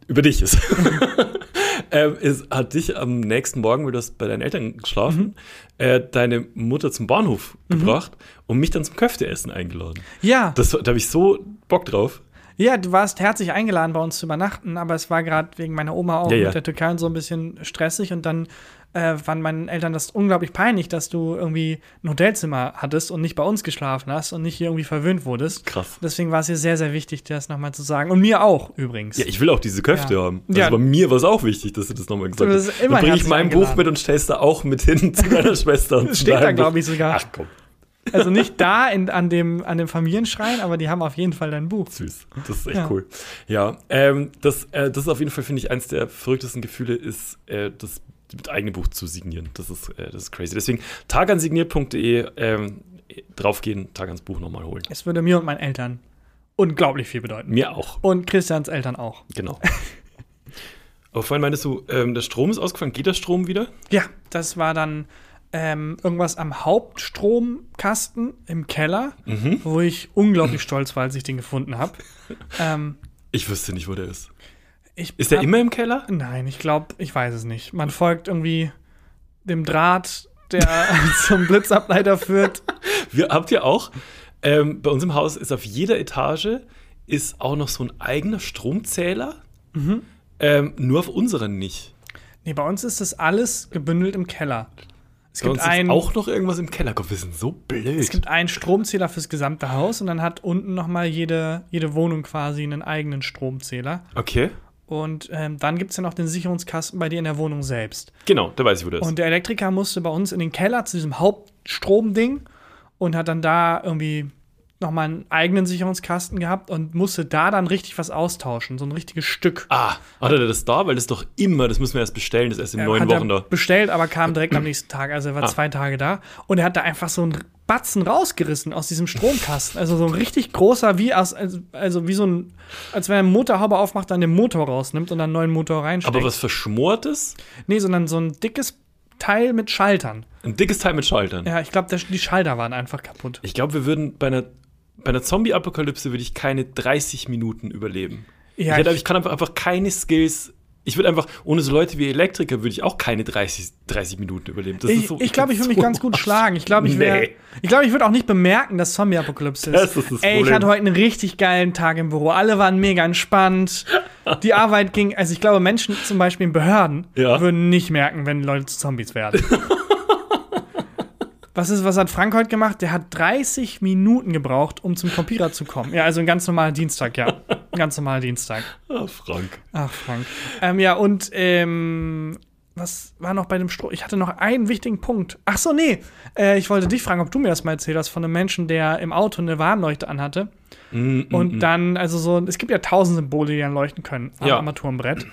C: über dich
B: [laughs]
C: ist. [laughs] ähm, es hat dich am nächsten Morgen, weil du hast bei deinen Eltern
B: Mhm.
C: geschlafen, äh, deine Mutter zum Bahnhof gebracht und mich dann zum Köfteessen eingeladen.
B: Ja,
C: Das, war- da habe ich so Bock drauf.
B: ja, du warst herzlich eingeladen, bei uns zu übernachten, aber es war gerade wegen meiner Oma auch
C: Ja, ja.
B: mit der Türkei und so ein bisschen stressig und dann äh, waren meinen Eltern das unglaublich peinlich, dass du irgendwie ein Hotelzimmer hattest und nicht bei uns geschlafen hast und nicht hier irgendwie verwöhnt wurdest.
C: Krass.
B: Deswegen war es hier sehr, sehr wichtig, dir das nochmal zu sagen. Und mir auch übrigens.
C: Ja, ich will auch diese Köfte
B: Ja.
C: haben. Also
B: Ja.
C: bei mir war es auch wichtig, dass du das nochmal gesagt
B: Du bist
C: hast.
B: immer
C: Dann bringe ich
B: herzlich
C: mein Buch
B: eingeladen.
C: mit und stellst da auch mit
B: [laughs]
C: hin zu deiner Schwester. Und zu
B: Steht da,
C: deinem Buch.
B: glaube ich, sogar.
C: Ach komm,
B: Also nicht da in, an, dem, an dem Familienschrein, aber die haben auf jeden Fall dein Buch.
C: süß. Das ist echt
B: Ja.
C: cool. Ja, ähm, das, äh, das ist auf jeden Fall, finde ich, eins der verrücktesten Gefühle, ist äh, das eigene Buch zu signieren. Das ist, äh, das ist crazy. Deswegen tagansigniert.de ähm, draufgehen, Tagans Buch nochmal holen.
B: Es würde mir und meinen Eltern unglaublich viel bedeuten.
C: Mir auch.
B: Und Christians Eltern auch. [laughs]
C: Genau. Aber vorhin meintest du, ähm, der Strom ist ausgefallen. Geht der Strom wieder?
B: Ja, das war dann ähm, irgendwas am Hauptstromkasten im Keller,
C: Mhm.
B: wo ich unglaublich stolz war, als ich den gefunden
C: [laughs]
B: habe. ähm,
C: Ich wüsste nicht, wo der ist.
B: ich
C: Ist der
B: hab-
C: immer im Keller?
B: Nein, ich glaube, ich weiß es nicht. Man folgt irgendwie dem Draht, der [laughs] zum Blitzableiter führt.
C: Wir, habt ihr auch? Ähm, bei uns im Haus ist auf jeder Etage ist auch noch so ein eigener Stromzähler.
B: Mhm.
C: Ähm, nur auf unseren nicht.
B: Nee, bei uns ist das alles gebündelt im Keller. Es
C: Bei
B: gibt,
C: uns ist
B: einen,
C: auch noch irgendwas im Keller. Gott, wir sind so
B: es
C: blöd.
B: gibt einen Stromzähler fürs gesamte Haus und dann hat unten nochmal jede, jede Wohnung quasi einen eigenen Stromzähler.
C: Okay.
B: Und ähm, dann gibt es ja noch den Sicherungskasten bei dir in der Wohnung selbst.
C: Genau, da weiß ich, wo der ist.
B: Und der Elektriker musste bei uns in den Keller zu diesem Hauptstromding und hat dann da irgendwie nochmal einen eigenen Sicherungskasten gehabt und musste da dann richtig was austauschen, so ein richtiges Stück.
C: ah, hat er das da? Weil das ist doch immer, das müssen wir erst bestellen, das ist erst in
B: Ähm,
C: neun
B: hat
C: Wochen
B: er
C: da. Ah.
B: bestellt, aber kam direkt am nächsten Tag, also er war zwei Tage da und er hat da einfach so einen Batzen rausgerissen aus diesem Stromkasten, also so ein richtig großer, wie aus, also, also wie so ein, als wenn er eine Motorhaube aufmacht, dann den Motor rausnimmt und dann einen neuen Motor reinsteckt.
C: Aber was Verschmortes?
B: Nee, sondern so ein dickes Teil mit Schaltern.
C: Ein dickes Teil mit Schaltern.
B: Ja, ich glaube, die Schalter waren einfach kaputt.
C: Ich glaube, wir würden bei einer, bei einer Zombie-Apokalypse würde ich keine 30 Minuten überleben.
B: Ja,
C: ich, hätte,
B: ich-
C: ich kann einfach, einfach keine Skills. Ich würde einfach, ohne so Leute wie Elektriker, würde ich auch keine 30, 30 Minuten überleben. Das
B: Ich
C: ist so-
B: ich glaube, ich würde mich [laughs]
C: so-
B: ganz gut schlagen. Ich glaube, ich, wär-
C: Nee.
B: ich, glaub, ich würde auch nicht bemerken, dass Zombie-Apokalypse ist.
C: Das ist das
B: Ey, ich
C: Problem.
B: hatte heute einen richtig geilen Tag im Büro. Alle waren mega entspannt. Die Arbeit ging, also ich glaube, Menschen zum Beispiel in Behörden
C: Ja.
B: würden nicht merken, wenn Leute zu Zombies [laughs] werden. Was, ist, was hat Frank heute gemacht? Der hat 30 Minuten gebraucht, um zum Computer zu kommen. Ja, also ein ganz normaler Dienstag, ja. Ein ganz normaler Dienstag.
C: Ah, Frank.
B: Ach, Frank. Ähm, ja, und ähm, was war noch bei dem Strom? Ich hatte noch einen wichtigen Punkt. Ach so, nee. Äh, ich wollte dich fragen, ob du mir das mal erzählt hast von einem Menschen, der im Auto eine Warnleuchte anhatte. und dann, also so, es gibt ja tausend Symbole, die dann leuchten können am
C: Ja.
B: Armaturenbrett.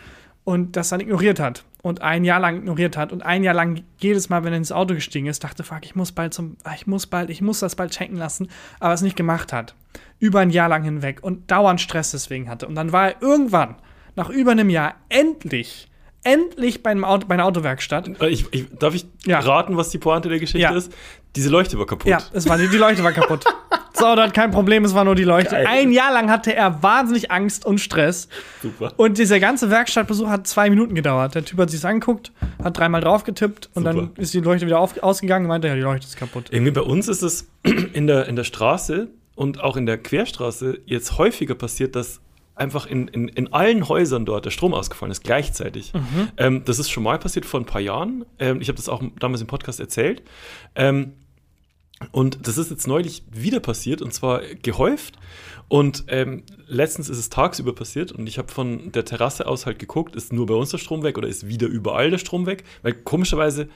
B: Und das dann ignoriert hat. Und ein Jahr lang ignoriert hat. Und ein Jahr lang jedes Mal, wenn er ins Auto gestiegen ist, dachte, fuck, ich muss bald zum, ah, ich muss bald, ich muss das bald checken lassen. Aber es nicht gemacht hat. Über ein Jahr lang hinweg. Und dauernd Stress deswegen hatte. Und dann war er irgendwann, nach über einem Jahr, endlich, endlich bei, einem Auto, bei einer Autowerkstatt.
C: Äh, Ich, ich, darf ich
B: Ja.
C: raten, was die Pointe der Geschichte
B: Ja.
C: ist? Diese Leuchte war kaputt.
B: Ja, es war, die, die Leuchte war kaputt. [laughs] So, das hat kein Problem, es war nur die Leuchte.
C: Geil.
B: Ein Jahr lang hatte er wahnsinnig Angst und Stress.
C: Super.
B: Und dieser ganze Werkstattbesuch hat zwei Minuten gedauert. Der Typ hat sich's angeguckt, hat dreimal draufgetippt und dann
C: Super.
B: ist die Leuchte wieder auf, ausgegangen und meinte, ja, die Leuchte ist kaputt.
C: Irgendwie bei uns ist es [clears throat] in der, in der Straße und auch in der Querstraße jetzt häufiger passiert, dass einfach in, in, in allen Häusern dort der Strom ausgefallen ist, gleichzeitig. Ähm, das ist schon mal passiert vor ein paar Jahren. Ähm, ich habe das auch damals im Podcast erzählt. Ähm, Und das ist jetzt neulich wieder passiert und zwar gehäuft. Und ähm, letztens ist es tagsüber passiert und ich habe von der Terrasse aus halt geguckt, ist nur bei uns der Strom weg oder ist wieder überall der Strom weg? Weil komischerweise,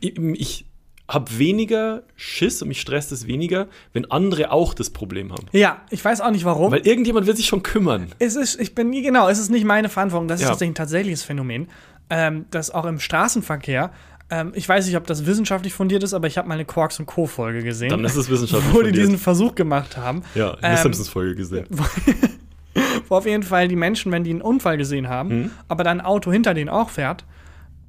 C: ich, ich habe weniger Schiss und mich stresst es weniger, wenn andere auch das Problem haben.
B: Ja, ich weiß auch nicht warum.
C: Weil irgendjemand wird sich schon kümmern.
B: es ist, ich bin nie genau, es ist nicht meine Verantwortung, das ist
C: Ja.
B: tatsächlich ein tatsächliches Phänomen, ähm, dass auch im Straßenverkehr, ähm, ich weiß nicht, ob das wissenschaftlich fundiert ist, aber ich habe mal eine Quarks und Co-Folge gesehen,
C: Dann ist es
B: [laughs]
C: wissenschaftlich.
B: wo die
C: fundiert.
B: diesen Versuch gemacht haben.
C: ja, in der
B: ähm,
C: Simpsons-Folge gesehen.
B: wo auf jeden Fall die Menschen, wenn die einen Unfall gesehen haben,
C: Mhm.
B: aber dann ein Auto hinter denen auch fährt,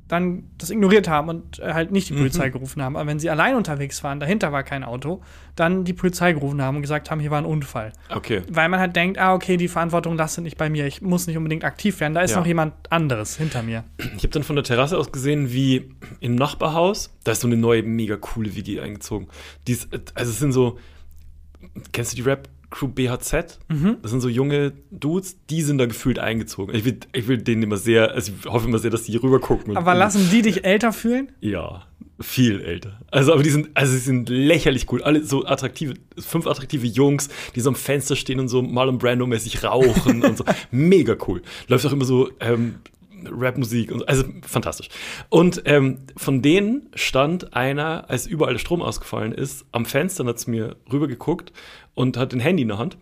B: dann das ignoriert haben und äh, halt
C: Mhm.
B: nicht die Polizei gerufen haben. Aber wenn sie allein unterwegs waren, dahinter war kein Auto, dann die Polizei gerufen haben und gesagt haben, hier war ein Unfall.
C: Okay.
B: Weil man halt denkt, ah, okay, die Verantwortung lastet nicht bei mir, ich muss nicht unbedingt aktiv werden, da ist
C: Ja.
B: noch jemand anderes hinter mir.
C: Ich habe dann von der Terrasse aus gesehen, wie im Nachbarhaus, da ist so eine neue, mega coole WG eingezogen. Die ist, also es sind so, kennst du die Rap-Crew BHZ?
B: Mhm.
C: Das sind so junge Dudes, die sind da gefühlt eingezogen. Ich will, ich will denen immer sehr, also ich hoffe immer sehr, dass die hier rübergucken. und-
B: Aber lassen die dich älter fühlen?
C: Ja, viel älter. Also, aber die sind, also sie sind lächerlich cool. Alle so attraktive, fünf attraktive Jungs, die so am Fenster stehen und so Marlon Brando-mäßig rauchen und so. Mega cool. Läuft auch immer so ähm, Rap-Musik und so. Also fantastisch. Und ähm, von denen stand einer, als überall der Strom ausgefallen ist, am Fenster und hat zu mir rübergeguckt und hat ein Handy in der Hand.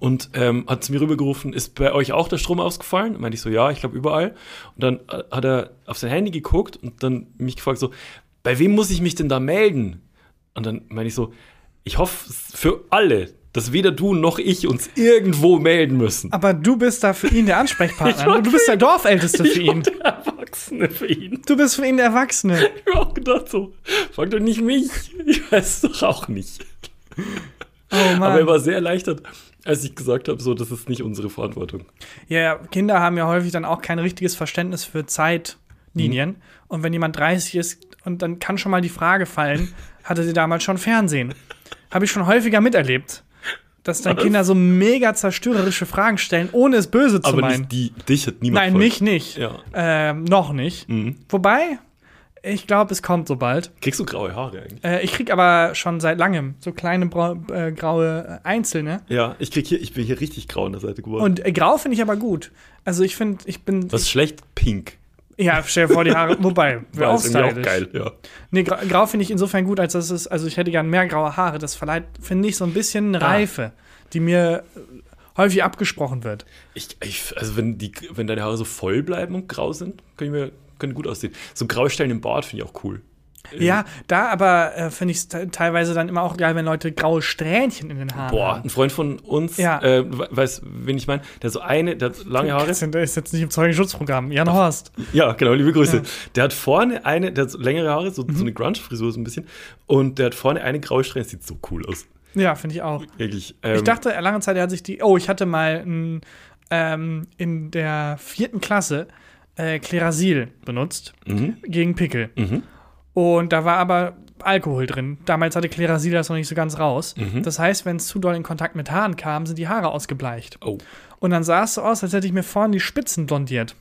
C: Und ähm, hat zu mir rübergerufen, ist bei euch auch der Strom ausgefallen? Und meinte ich so, ja, ich glaube überall. Und dann äh, hat er auf sein Handy geguckt und dann mich gefragt so, bei wem muss ich mich denn da melden? Und dann meinte ich so, ich hoffe es für alle, dass weder du noch ich uns irgendwo melden müssen.
B: Aber du bist da für
C: [laughs]
B: ihn der
C: Ich
B: Ansprechpartner. ne?
C: wollte-
B: Du bist der Dorfälteste für [laughs] ihn.
C: der Erwachsene für ihn.
B: Du bist für ihn der Erwachsene.
C: Ich habe auch gedacht so, frag doch nicht mich. Ich weiß doch auch nicht.
B: Oh Mann.
C: Aber er war sehr erleichtert, als ich gesagt habe, so, das ist nicht unsere Verantwortung.
B: Ja, ja, Kinder haben ja häufig dann auch kein richtiges Verständnis für Zeitlinien.
C: Mhm.
B: Und wenn jemand 30 ist und dann kann schon mal die Frage
C: [laughs]
B: fallen, hatte sie damals schon Fernsehen? Habe ich schon häufiger miterlebt, dass dann Kinder so mega zerstörerische Fragen stellen, ohne es böse zu
C: Aber
B: meinen.
C: nicht die, dich hat niemand
B: Nein,
C: gefragt.
B: mich nicht.
C: Ja. Mhm.
B: Ähm, noch nicht. Wobei, ich glaube, es kommt so bald.
C: Kriegst du graue Haare eigentlich?
B: Äh, ich krieg aber schon seit langem so kleine brau- äh, graue äh, Einzelne.
C: Ja, ich krieg hier, ich bin hier richtig grau an der Seite geworden.
B: Und äh, grau finde ich aber gut. Also ich finde, ich bin
C: Was ist schlecht? Pink.
B: Ja, stell dir vor, die Haare.
C: [laughs]
B: Wobei, wäre auch,
C: ist irgendwie
B: stylisch.
C: geil. Ja.
B: Nee, grau, grau finde ich insofern gut, als dass es, also ich hätte gern mehr graue Haare. Das verleiht, finde ich, so ein bisschen eine
C: Ah.
B: Reife, die mir äh, häufig abgesprochen wird.
C: Ich, ich, also wenn, die, wenn deine Haare so voll bleiben und grau sind, können wir können gut aussehen. So graue Stellen im Bart finde ich auch cool.
B: Ja, da aber äh, finde ich es te- teilweise dann immer auch geil, wenn Leute graue Strähnchen in den Haaren
C: Boah,
B: haben.
C: ein Freund von uns,
B: Ja.
C: äh, we- weiß, wen ich meine, der hat so eine, der hat lange Haare.
B: Das sind- das ist jetzt nicht im Zeugenschutzprogramm. Jan Horst.
C: Ja, genau, liebe Grüße. Der hat vorne eine, der hat so längere Haare, so,
B: Mhm.
C: so eine Grunge-Frisur so ein bisschen. Und der hat vorne eine graue Strähne, das sieht so cool aus.
B: Ja, finde ich auch.
C: Wirklich. Ähm,
B: Ich dachte, lange Zeit hat sich die. Oh, ich hatte mal ein, ähm, in der vierten Klasse äh, Klerasil benutzt
C: Mhm.
B: gegen Pickel. Und da war aber Alkohol drin. Damals hatte Klerasil das noch nicht so ganz raus.
C: Mhm.
B: Das heißt, wenn es zu doll in Kontakt mit Haaren kam, sind die Haare ausgebleicht.
C: oh.
B: Und dann sah es so aus, als hätte ich mir vorne die Spitzen blondiert.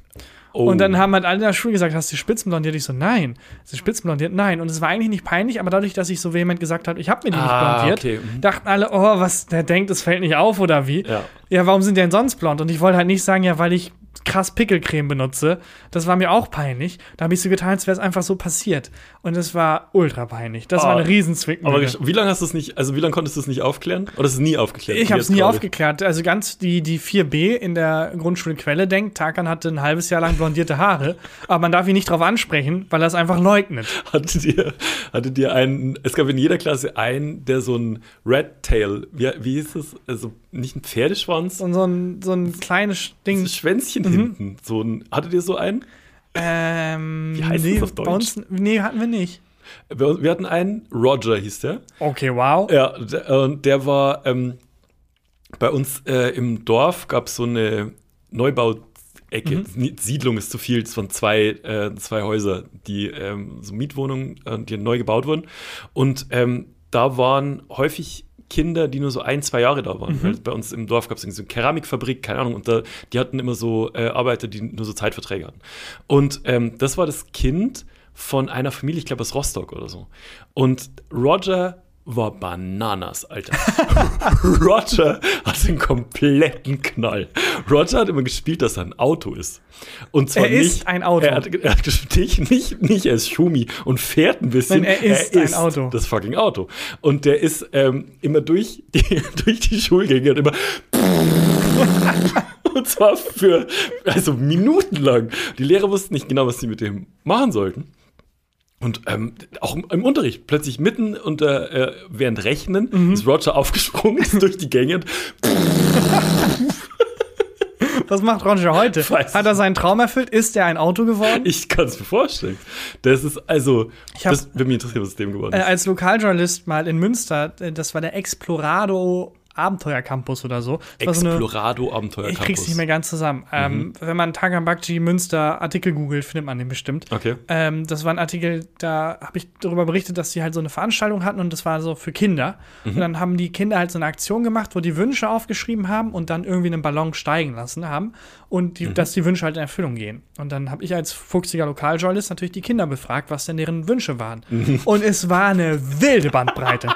C: Oh.
B: Und dann haben halt alle in der Schule gesagt, hast du die Spitzen blondiert? Ich so, nein. Hast du die Spitzen blondiert? Nein. Und es war eigentlich nicht peinlich, aber dadurch, dass ich so vehement gesagt habe, ich habe mir die
C: Ah,
B: nicht blondiert,
C: okay, mhm.
B: dachten alle, oh, was, der denkt, es fällt nicht auf oder wie?
C: Ja.
B: ja, warum sind die denn sonst blond? Und ich wollte halt nicht sagen, ja, weil ich krass Pickelcreme benutze. Das war mir auch peinlich. Da habe ich so getan, als wäre es einfach so passiert. Und es war ultra peinlich. Das war
C: Ah,
B: eine
C: Aber
B: Riesenzwickmühle.
C: gesch- wie lange hast du es nicht, also wie lange konntest du es nicht aufklären? Oder ist es nie aufgeklärt?
B: Ich
C: Wie
B: habe es
C: jetzt
B: nie
C: gerade?
B: aufgeklärt. Also ganz die, die 4b in der Grundschule Quelle denkt, Tarkan hatte ein halbes Jahr lang blondierte Haare, aber man darf ihn nicht drauf ansprechen, weil er es einfach leugnet.
C: Hattet ihr, hattet ihr einen, es gab in jeder Klasse einen, der so ein Red Tail, wie, wie hieß es, also nicht ein Pferdeschwanz,
B: Und so ein, so ein kleines
C: ein
B: Ding.
C: Schwänzchen hinten. So ein, hattet ihr so einen?
B: Ähm,
C: Wie heißt
B: nee,
C: das auf
B: bei
C: Deutsch?
B: Uns, nee, hatten wir nicht.
C: Wir, wir hatten einen, Roger hieß der.
B: Okay, wow.
C: Ja, der, und der war, ähm, bei uns äh, im Dorf gab es so eine Neubau-Ecke. Nie- Siedlung ist zu viel, es waren zwei, äh, zwei Häuser, die ähm, so Mietwohnungen, äh, die neu gebaut wurden. Und ähm, da waren häufig Kinder, die nur so ein, zwei Jahre da waren. Weil bei uns im Dorf gab es so eine Keramikfabrik, keine Ahnung, und da, die hatten immer so äh, Arbeiter, die nur so Zeitverträge hatten. Und ähm, das war das Kind, von einer Familie, ich glaube aus Rostock oder so. Und Roger war Bananas, Alter. [laughs] Roger hat den kompletten Knall. Roger hat immer gespielt, dass er ein Auto ist. Und zwar
B: Er ist
C: nicht,
B: ein Auto.
C: Er hat, er hat gespielt, [laughs] nicht, nicht, er ist Schumi und fährt ein bisschen.
B: Nein, er ist ein Auto.
C: Das fucking Auto. Und der ist ähm, immer durch die, [laughs] durch die Schulgänge und immer. [laughs] und zwar für, also minutenlang. Die Lehrer wussten nicht genau, was sie mit dem machen sollten. Und ähm, auch im, im Unterricht, plötzlich mitten unter, äh, während Rechnen,
B: Mhm.
C: ist Roger [laughs] aufgesprungen, ist durch die Gänge. und-
B: Was macht Roger heute?
C: Weiß
B: Hat er seinen Traum erfüllt? Ist er ein Auto geworden?
C: Ich kann es mir vorstellen. Das ist also,
B: hab-
C: das würde mich interessieren, was aus dem geworden
B: äh,
C: ist.
B: als Lokaljournalist mal in Münster, äh, das war der Explorado Abenteuer Campus oder so. Das war so eine-
C: Explorado Abenteuer
B: ich krieg's nicht mehr ganz zusammen. Ähm, wenn man Tagan Bakci Münster Artikel googelt, findet man den bestimmt.
C: Okay.
B: Ähm, das war ein Artikel, da habe ich darüber berichtet, dass sie halt so eine Veranstaltung hatten und das war so für Kinder. Und dann haben die Kinder halt so eine Aktion gemacht, wo die Wünsche aufgeschrieben haben und dann irgendwie einen Ballon steigen lassen haben und die, dass die Wünsche halt in Erfüllung gehen. Und dann habe ich als fuchsiger Lokaljournalist natürlich die Kinder befragt, was denn deren Wünsche waren. Und es war eine wilde Bandbreite.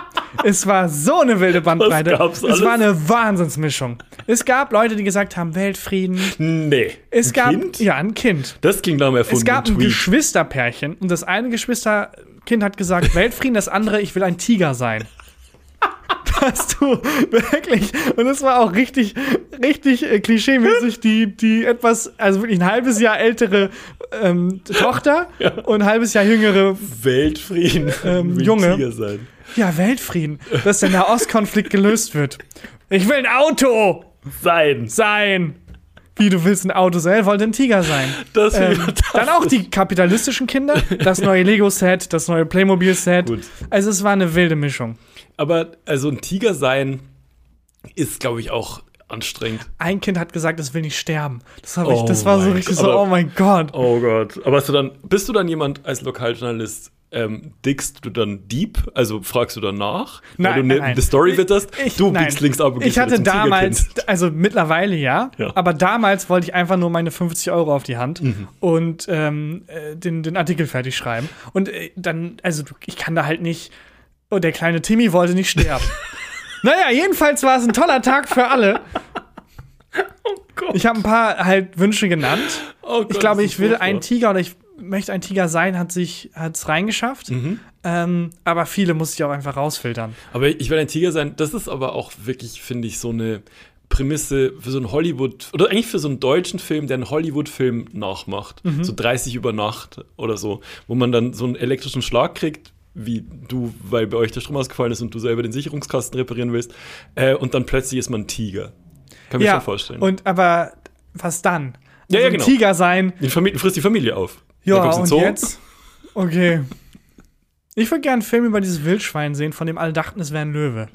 B: es war so eine wilde Bandbreite.
C: gab's
B: es war
C: alles?
B: eine Wahnsinnsmischung. Es gab Leute, die gesagt haben, Weltfrieden.
C: Nee.
B: Es
C: Ein
B: gab
C: Kind?
B: ja ein Kind.
C: Das ging nach einem
B: Es
C: erfundenen
B: gab ein
C: Tweet.
B: Geschwisterpärchen und das eine Geschwisterkind hat
C: [laughs]
B: gesagt, Weltfrieden, das andere, ich will ein Tiger sein. Hast du wirklich, und es war auch richtig, richtig äh, klischeemäßig, die, die etwas, also wirklich ein halbes Jahr ältere ähm, Tochter
C: [laughs]
B: und ein halbes Jahr jüngere,
C: Weltfrieden.
B: [laughs]
C: [laughs]
B: Ähm,
C: Will
B: Junge.
C: Tiger Sein.
B: ja, Weltfrieden, dass der Nahostkonflikt gelöst wird. Ich will ein Auto
C: Sein.
B: sein. Wie, du willst ein Auto sein? Er wollte ein Tiger
C: [laughs]
B: sein.
C: Das
B: Ähm, dann auch die kapitalistischen Kinder, das neue Lego-Set, das neue Playmobil-Set.
C: Gut.
B: Also es war eine wilde Mischung.
C: Aber also ein Tiger sein ist, glaube ich, auch anstrengend.
B: Ein Kind hat gesagt, es will nicht sterben. Das, hab ich,
C: Oh
B: das war so
C: mein
B: richtig
C: Gott.
B: so,
C: Aber-
B: oh mein Gott.
C: Oh Gott. Aber hast du dann, bist du dann jemand als Lokaljournalist, ähm, dickst du dann deep? Also fragst du danach?
B: Nein,
C: weil du ne-
B: nein, nein.
C: eine Story witterst,
B: Ich-
C: du
B: nein.
C: biegst links ab und gehst
B: Ich
C: wieder
B: hatte
C: zum Tigerkind.
B: damals, also mittlerweile ja,
C: Ja. Mhm.
B: aber damals wollte ich einfach nur meine 50 Euro auf die Hand und ähm, äh, den, den Artikel fertig schreiben. Und äh, dann, also du- ich kann da halt nicht, oh, der kleine Timmy wollte nicht
C: [laughs]
B: sterben. naja, jedenfalls war es ein toller Tag für alle.
C: Oh Gott.
B: Ich habe ein paar halt Wünsche genannt.
C: Oh Gott,
B: Ich glaube,
C: das ist
B: ich will
C: furchtbar.
B: ein Tiger oder ich möchte ein Tiger sein, hat sich hat's reingeschafft.
C: Mhm.
B: Ähm, aber viele muss ich auch einfach rausfiltern.
C: Aber ich will ein Tiger sein, das ist aber auch wirklich, finde ich, so eine Prämisse für so einen Hollywood, oder eigentlich für so einen deutschen Film, der einen Hollywood-Film nachmacht.
B: Mhm.
C: So 30 über Nacht oder so, wo man dann so einen elektrischen Schlag kriegt, wie du, weil bei euch der Strom ausgefallen ist und du selber den Sicherungskasten reparieren willst. Äh, und dann plötzlich ist man ein Tiger. Kann mir schon vorstellen.
B: Und aber was dann?
C: Ja,
B: Also
C: ja,
B: ein
C: genau.
B: Tiger sein.
C: die Familie, frisst die Familie auf. Dann
B: Ja,
C: kommst du in
B: und
C: den Zoo.
B: jetzt? Okay. Ich würde gerne einen Film über dieses Wildschwein sehen, von dem alle dachten, es wäre ein Löwe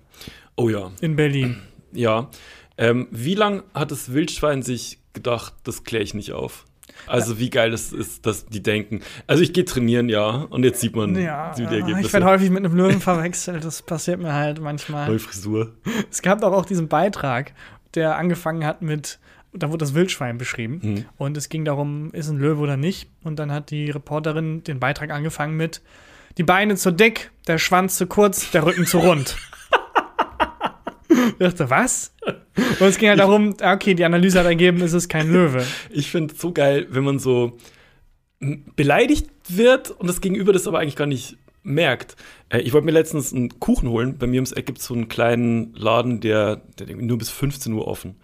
C: Oh ja.
B: in Berlin.
C: Ja. Ähm, wie lang hat das Wildschwein sich gedacht, das kläre ich nicht auf? Also wie geil das ist, dass die denken. Also ich gehe trainieren, ja, und jetzt sieht man
B: Ja,
C: sieht die
B: ich
C: Ergebnisse.
B: werde häufig mit einem Löwen verwechselt. Das passiert mir halt manchmal.
C: Neue Frisur.
B: Es gab doch auch diesen Beitrag, der angefangen hat mit, da wurde das Wildschwein beschrieben
C: Hm.
B: und es ging darum, ist ein Löwe oder nicht. Und dann hat die Reporterin den Beitrag angefangen mit, die Beine zu dick, der Schwanz zu kurz, der Rücken zu rund. Ich dachte, was? Und es ging halt darum, ah, okay, die Analyse hat ergeben, es ist kein Löwe.
C: Ich finde es so geil, wenn man so m, beleidigt wird und das Gegenüber das aber eigentlich gar nicht merkt. Äh, ich wollte mir letztens einen Kuchen holen. Bei mir ums Eck gibt es so einen kleinen Laden, der, der irgendwie nur bis 15 Uhr offen.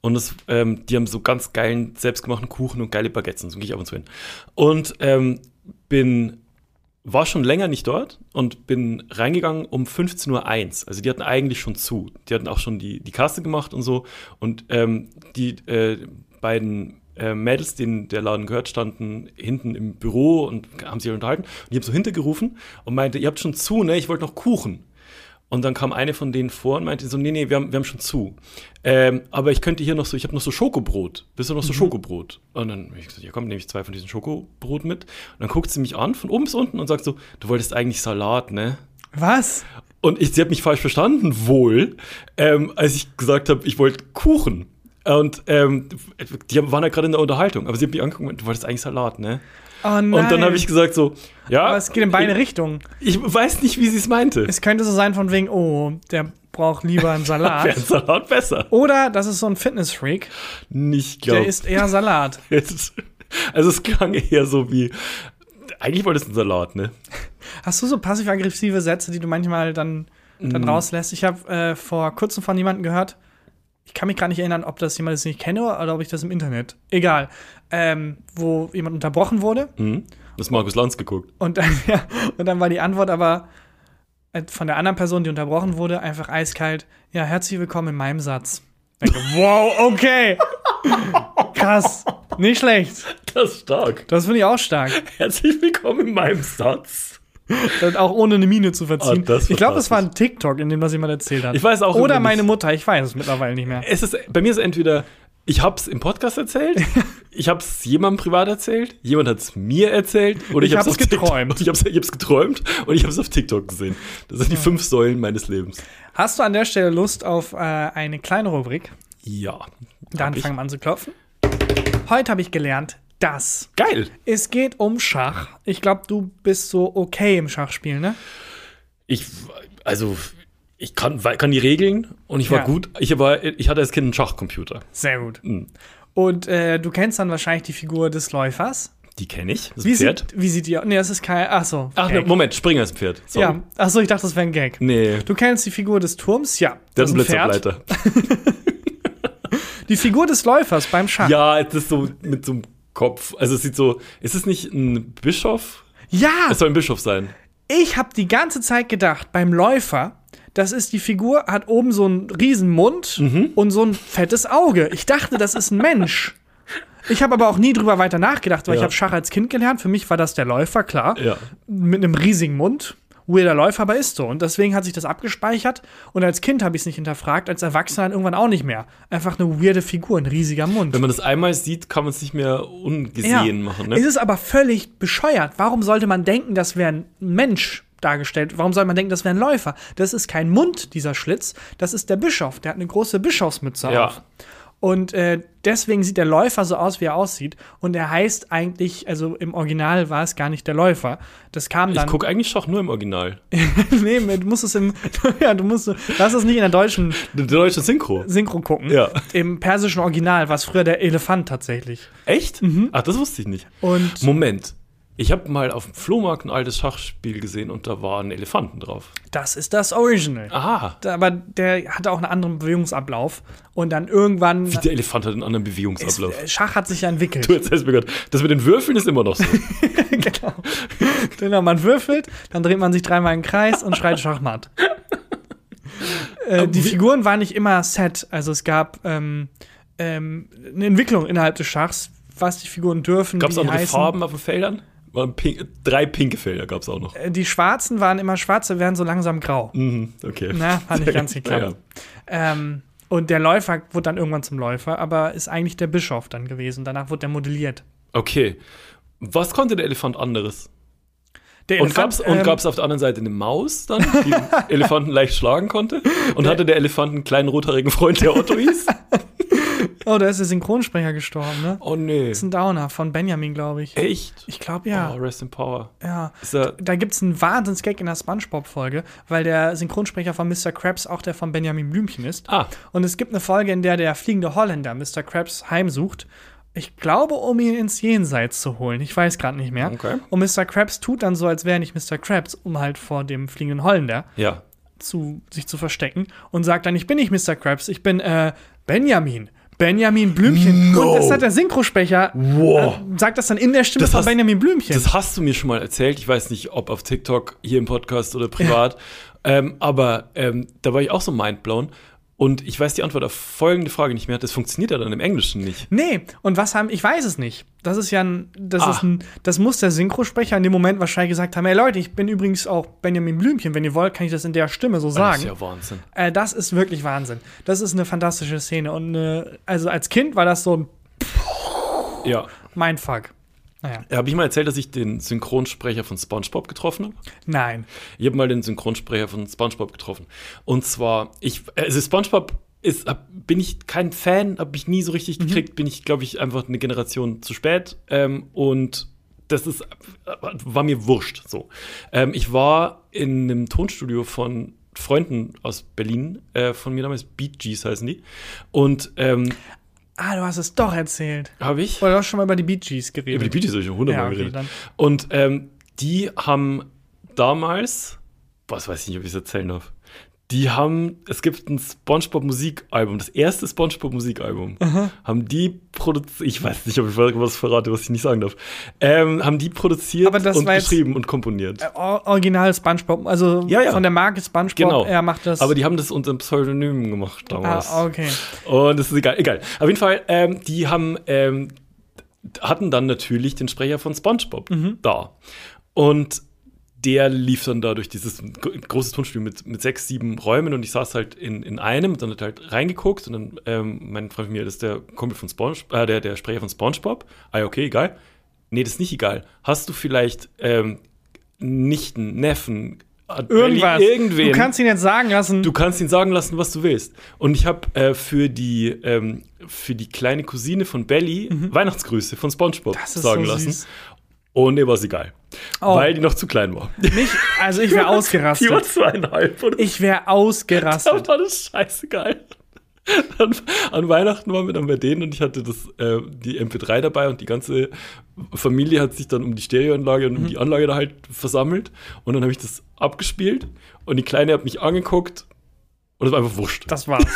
C: Und das, ähm, die haben so ganz geilen, selbstgemachten Kuchen und geile Baguettes. Und so gehe ich ab und zu hin. Und ähm, bin war schon länger nicht dort und bin reingegangen um 15.01 Uhr. Also die hatten eigentlich schon zu. Die hatten auch schon die, die Kasse gemacht und so. Und ähm, die äh, beiden äh, Mädels, denen der Laden gehört, standen hinten im Büro und haben sich unterhalten. Und ich habe so hintergerufen und meinte, ihr habt schon zu, ne? Ich wollte noch Kuchen. Und dann kam eine von denen vor und meinte so, nee, nee, wir haben, wir haben schon zu. Ähm, aber ich könnte hier noch so, ich habe noch so Schokobrot. Bist du noch so
B: Mhm.
C: Schokobrot? Und dann hab ich gesagt, ja komm, nehme ich zwei von diesen Schokobrot mit. Und dann guckt sie mich an, von oben bis unten und sagt so, du wolltest eigentlich Salat, ne?
B: Was?
C: Und ich, sie hat mich falsch verstanden, wohl, ähm, als ich gesagt habe, ich wollte Kuchen. Und ähm, die waren ja gerade in der Unterhaltung, aber sie hat mich angeguckt und meint, du wolltest eigentlich Salat, ne?
B: Oh nein.
C: Und dann habe ich gesagt so, ja.
B: Aber es geht in beide Richtungen.
C: Ich weiß nicht, wie sie es meinte.
B: Es könnte so sein von wegen, oh, der braucht lieber
C: [laughs]
B: einen
C: Wäre ein
B: Salat.
C: Salat besser?
B: Oder das ist so ein Fitnessfreak,
C: Nicht,
B: der
C: glaube ich.
B: isst eher Salat.
C: Also es klang eher so wie, eigentlich wolltest du einen Salat, ne?
B: Hast du so passiv-aggressive Sätze, die du manchmal dann, dann rauslässt? Ich habe äh, vor kurzem von jemandem gehört, ich kann mich gar nicht erinnern, ob das jemand ist, den ich kenne oder ob ich das im Internet, egal, ähm, wo jemand unterbrochen wurde
C: Mhm. Das ist Markus Lanz geguckt.
B: und dann, [laughs] ja, und dann war die Antwort aber äh, von der anderen Person, die unterbrochen wurde, einfach eiskalt, ja, herzlich willkommen in meinem Satz. Ich Denke, wow, okay. Krass. Nicht schlecht.
C: Das ist stark.
B: Das finde ich auch stark.
C: Herzlich willkommen in meinem Satz.
B: Das auch ohne eine Miene zu verziehen.
C: Ah, das ist
B: ich glaube, das
C: fantastisch.
B: war ein TikTok, in dem das jemand erzählt hat.
C: Ich weiß auch Äh.
B: Oder
C: immer
B: meine
C: nicht.
B: Mutter, ich weiß es mittlerweile nicht mehr.
C: Es ist, bei mir ist entweder, ich hab's im Podcast [laughs] erzählt, ich hab's jemandem privat erzählt, jemand hat's mir erzählt oder ich,
B: Ich
C: hab's,
B: hab's
C: auf TikTok-
B: geträumt.
C: [laughs] Ich hab's, ich hab's geträumt und ich hab's auf TikTok gesehen. Das sind die fünf Säulen meines Lebens.
B: Hast du an der Stelle Lust auf äh, eine kleine Rubrik?
C: Ja.
B: Dann
C: Hab ich.
B: fangen wir an zu klopfen. Heute habe ich gelernt, dass
C: Geil.
B: es geht um Schach. Ich glaube, du bist so okay im Schachspielen, ne?
C: Ich, also, ich kann, kann die Regeln und ich war
B: Ja.
C: gut. Ich, war, ich hatte als Kind einen Schachcomputer.
B: Sehr gut.
C: Mhm.
B: Und äh, du kennst dann wahrscheinlich die Figur des Läufers.
C: Die kenne ich. Das
B: Wie
C: Pferd.
B: sieht, wie sieht die aus? Nee, das ist kein. Achso.
C: Ach, ne, Moment, Springer ist ein Pferd. Sorry. Mhm.
B: ja. Achso, ich dachte, das wäre ein Gag.
C: Nee,
B: Du kennst die Figur des Turms? Ja.
C: das ist ein
B: Pferd.
C: Blitzableiter.
B: [laughs] Die Figur des Läufers beim Schach.
C: Ja, es ist so mit so einem Kopf. Also es sieht so, ist es nicht ein Bischof?
B: Ja,
C: Es soll ein Bischof sein.
B: ich habe die ganze Zeit gedacht, beim Läufer, das ist die Figur, hat oben so einen riesen Mund
C: Mhm.
B: und so ein fettes Auge. Ich dachte, das ist ein Mensch. Ich habe aber auch nie drüber weiter nachgedacht, weil
C: Ja.
B: ich habe Schach als Kind gelernt. Für mich war das der Läufer, klar.
C: Ja.
B: Mit einem riesigen Mund. Weirder Läufer aber ist so. Und deswegen hat sich das abgespeichert. Und als Kind habe ich es nicht hinterfragt, als Erwachsener dann irgendwann auch nicht mehr. Einfach eine weirde Figur, ein riesiger Mund.
C: Wenn man das einmal sieht, kann man es nicht mehr ungesehen machen.
B: Es
C: Ne?
B: ist aber völlig bescheuert. Warum sollte man denken, das wäre ein Mensch dargestellt? Warum sollte man denken, das wäre ein Läufer? Das ist kein Mund, dieser Schlitz. Das ist der Bischof. Der hat eine große Bischofsmütze
C: Ja.
B: auf. Und äh, deswegen sieht der Läufer so aus, wie er aussieht. Und er heißt eigentlich, also im Original war es gar nicht der Läufer. Das kam
C: Ich
B: dann.
C: gucke eigentlich Schach nur im Original.
B: [laughs] nee, du musst es im. [laughs] ja, du musst. Lass es nicht in der deutschen
C: Der deutsche Synchro.
B: Synchro gucken.
C: Ja.
B: Im persischen Original war es früher der Elefant tatsächlich.
C: Echt? Ach, das wusste ich nicht.
B: Mhm. Und-
C: Moment. Ich habe mal auf dem Flohmarkt ein altes Schachspiel gesehen und da waren Elefanten drauf.
B: Das ist das Original.
C: Aha.
B: aber der hatte auch einen anderen Bewegungsablauf und dann irgendwann
C: Der Elefant hat einen anderen
B: ist,
C: Bewegungsablauf.
B: Schach hat sich ja entwickelt.
C: Du erzählst mir gerade, das mit den Würfeln ist immer noch so.
B: [laughs] genau. genau, man würfelt, dann dreht man sich dreimal im Kreis und schreit Schachmatt. Äh, die Figuren waren nicht immer set, also es gab ähm, ähm, eine Entwicklung innerhalb des Schachs, was die Figuren dürfen,
C: Gab es
B: wie die
C: andere
B: heißen.
C: Farben auf den Feldern? Waren pink, drei pinke Felder gab es auch noch.
B: Äh, Die Schwarzen waren immer schwarz, die werden so langsam grau.
C: Mhm, okay.
B: Na, hat
C: [laughs]
B: nicht ganz geklappt.
C: Naja.
B: Ähm, und der Läufer wurde dann irgendwann zum Läufer, aber ist eigentlich der Bischof dann gewesen. Danach wurde er modelliert.
C: Okay. Was konnte der Elefant anderes?
B: Der
C: Und gab es
B: ähm,
C: gab's auf der anderen Seite eine Maus dann, die den
B: [laughs]
C: Elefanten leicht schlagen konnte? Und hatte der Elefant einen kleinen rothaarigen Freund, der Otto
B: [laughs]
C: hieß?
B: Oh, da ist der Synchronsprecher gestorben, ne?
C: Oh nee.
B: Das ist ein Downer von Benjamin, glaube ich.
C: Echt?
B: Ich glaube
C: Oh,
B: ja. Äh,
C: rest in power.
B: Ja.
C: Ist er,
B: Da gibt es einen Wahnsinns-Gag in der Spongebob-Folge, weil der Synchronsprecher von Mr. Krabs auch der von Benjamin Blümchen ist.
C: ah,
B: Und es gibt eine Folge, in der der fliegende Holländer Mr. Krabs heimsucht. Ich glaube, um ihn ins Jenseits zu holen. Ich weiß gerade nicht mehr.
C: Okay.
B: Und Mr. Krabs tut dann so, als wäre er nicht Mr. Krabs, um halt vor dem fliegenden Holländer
C: ja.
B: zu, sich zu verstecken und sagt dann, ich bin nicht Mr. Krabs, ich bin äh, Benjamin. Benjamin Blümchen.
C: No.
B: Und das hat der Synchrosprecher,
C: Wow.
B: äh, sagt das dann in der Stimme
C: Das
B: von
C: hast-
B: Benjamin Blümchen.
C: Das hast du mir schon mal erzählt. Ich weiß nicht, ob auf TikTok, hier im Podcast oder privat. Ähm, aber ähm, da war ich auch so mindblown. Und ich weiß die Antwort auf folgende Frage nicht mehr. Das funktioniert ja dann im Englischen nicht.
B: nee, und was haben, ich weiß es nicht. Das ist ja ein, das
C: Ah.
B: ist ein, das muss der Synchrosprecher in dem Moment wahrscheinlich gesagt haben, hey Leute, ich bin übrigens auch Benjamin Blümchen, wenn ihr wollt, kann ich das in der Stimme so
C: Das ist
B: sagen.
C: ja Wahnsinn.
B: Äh, das ist wirklich Wahnsinn. Das ist eine fantastische Szene und äh, also als Kind war das so ein
C: Ja.
B: Mindfuck. Naja,
C: Habe ich mal erzählt, dass ich den Synchronsprecher von SpongeBob getroffen habe?
B: nein.
C: Ich habe mal den Synchronsprecher von SpongeBob getroffen. Und zwar, ich, also SpongeBob ist, hab, bin ich kein Fan, habe ich nie so richtig gekriegt, bin ich, glaube ich, einfach eine Generation zu spät. Ähm, und das ist, war mir wurscht so. Ähm, ich war in einem Tonstudio von Freunden aus Berlin, äh, von mir damals Beat Gs heißen die. Und ähm,
B: Ah, du hast es doch erzählt.
C: habe ich.
B: Oder du hast schon mal über die Bee Gees geredet.
C: Über die Beatles habe ich schon hundertmal
B: Ja, okay,
C: geredet.
B: dann.
C: Und ähm, die haben damals, was weiß ich nicht, ob ich es erzählen darf, die haben, es gibt ein Spongebob-Musikalbum, das erste Spongebob-Musikalbum, haben die produziert, ich weiß nicht, ob ich was verrate, was ich nicht sagen darf, ähm, haben die produziert
B: Aber das
C: und
B: war jetzt-
C: geschrieben und komponiert.
B: Äh, or- Original Spongebob, also
C: Ja, ja.
B: von der Marke Spongebob.
C: Genau.
B: Er macht das.
C: Aber die haben das unter einem Pseudonym gemacht damals.
B: ah, okay.
C: Und es ist egal, egal. Auf jeden Fall, ähm, die haben, ähm, hatten dann natürlich den Sprecher von SpongeBob
B: Mhm.
C: da. Und der lief dann da durch dieses gro- große Tonstudio mit, mit sechs, sieben Räumen und ich saß halt in, in einem und dann hat halt reingeguckt und dann, ähm, mein Freund von mir, das ist der Kumpel von SpongeBob, äh, der, der Sprecher von SpongeBob. Ah ja, okay, egal. Nee, das ist nicht egal. Hast du vielleicht ähm, Nichten, Neffen, hat Belly-
B: Irgendwas.
C: irgendwen?
B: Du kannst ihn jetzt sagen lassen.
C: Du kannst ihn sagen lassen, was du willst. Und ich habe äh, für, die, ähm, für die kleine Cousine von Belly Weihnachtsgrüße von SpongeBob
B: Mhm. Das ist
C: sagen
B: so
C: lassen.
B: süß.
C: Und ihr war es egal.
B: Oh.
C: Weil die noch zu klein war.
B: Mich, also ich wäre
C: [laughs] Die war
B: ausgerastet.
C: zweieinhalb. Und
B: Ich wäre
C: da
B: ausgerastet.
C: war das scheißegal. An, an Weihnachten waren wir dann bei denen und ich hatte das, äh, die MP3 dabei und die ganze Familie hat sich dann um die Stereoanlage
B: Mhm.
C: und um die Anlage da halt versammelt. Und dann habe ich das abgespielt und die Kleine hat mich angeguckt und es war einfach wurscht.
B: Das
C: [laughs]
B: war's.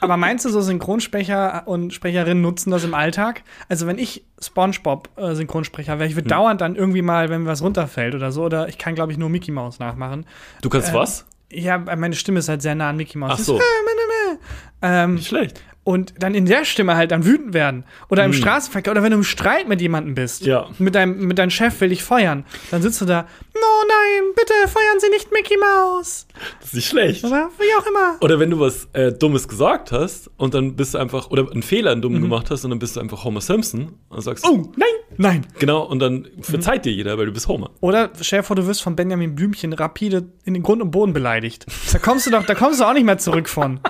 B: Aber meinst du, so Synchronsprecher und Sprecherinnen nutzen das im Alltag? Also, wenn ich Spongebob-Synchronsprecher wäre, ich
C: Hm.
B: würde dauernd dann irgendwie mal, wenn mir was runterfällt oder so, oder ich kann, glaube ich, nur Mickey Mouse nachmachen.
C: Du
B: Äh.
C: kannst was?
B: Ja, meine Stimme ist halt sehr nah an Mickey Mouse. äh,
C: Ach so.
B: Ähm,
C: Nicht schlecht.
B: und dann in der Stimme halt dann wütend werden. Oder im Straßenverkehr, oder wenn du im Streit mit jemandem bist.
C: Mhm. Ja.
B: Mit deinem, mit deinem Chef will ich feuern. Dann sitzt du da, no, nein, bitte feuern Sie nicht Mickey Mouse.
C: Das ist nicht schlecht.
B: Oder wie auch immer.
C: Oder wenn du was äh, Dummes gesagt hast und dann bist du einfach, oder einen Fehler einen
B: Mhm.
C: Dummen gemacht hast und dann bist du einfach Homer Simpson und sagst, oh, nein!
B: Nein.
C: Genau, und dann
B: Mhm.
C: verzeiht dir jeder, weil du bist Homer.
B: Oder stell dir vor, du wirst von Benjamin Blümchen rapide in den Grund und Boden beleidigt. Da kommst du doch, da kommst du auch nicht mehr zurück von.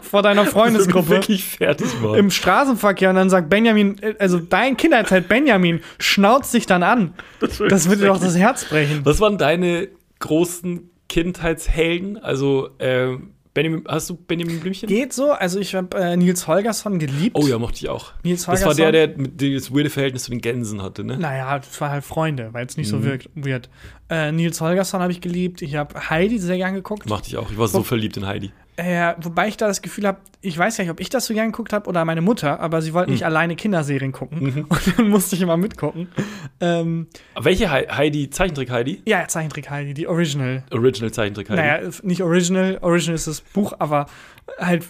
B: Vor deiner
C: Das ist
B: Freundesgruppe.
C: wirklich fertig war.
B: Im Straßenverkehr und dann sagt Benjamin, äh, also dein Kindheitsheld Benjamin, schnauzt dich dann an. Das, wird dir doch das Herz brechen.
C: Was waren deine großen Kindheitshelden? Also, ähm, Benjamin, hast du Benjamin Blümchen?
B: Geht so, also ich habe äh, Nils Holgersson geliebt.
C: Oh ja, mochte ich auch.
B: Nils
C: das war der,
B: Holgersson.
C: der mit dem das weirde Verhältnis zu den Gänsen hatte, ne?
B: Naja, das war halt Freunde, weil es nicht
C: Mhm.
B: so wirkt, wird. Äh, Nils Holgersson habe ich geliebt. Ich habe Heidi sehr gern geguckt.
C: Machte ich auch. Ich war so verliebt in Heidi.
B: Äh, wobei ich da das Gefühl habe, ich weiß gar nicht, ob ich das so gern geguckt habe oder meine Mutter, aber sie
C: Mhm.
B: wollte nicht alleine Kinderserien gucken. [laughs] Und dann musste ich immer mitgucken. Ähm,
C: Welche Hei- Heidi? Zeichentrick Heidi?
B: ja, Zeichentrick Heidi, die Original.
C: Original Zeichentrick Heidi.
B: Naja, nicht Original, Original ist das Buch, aber halt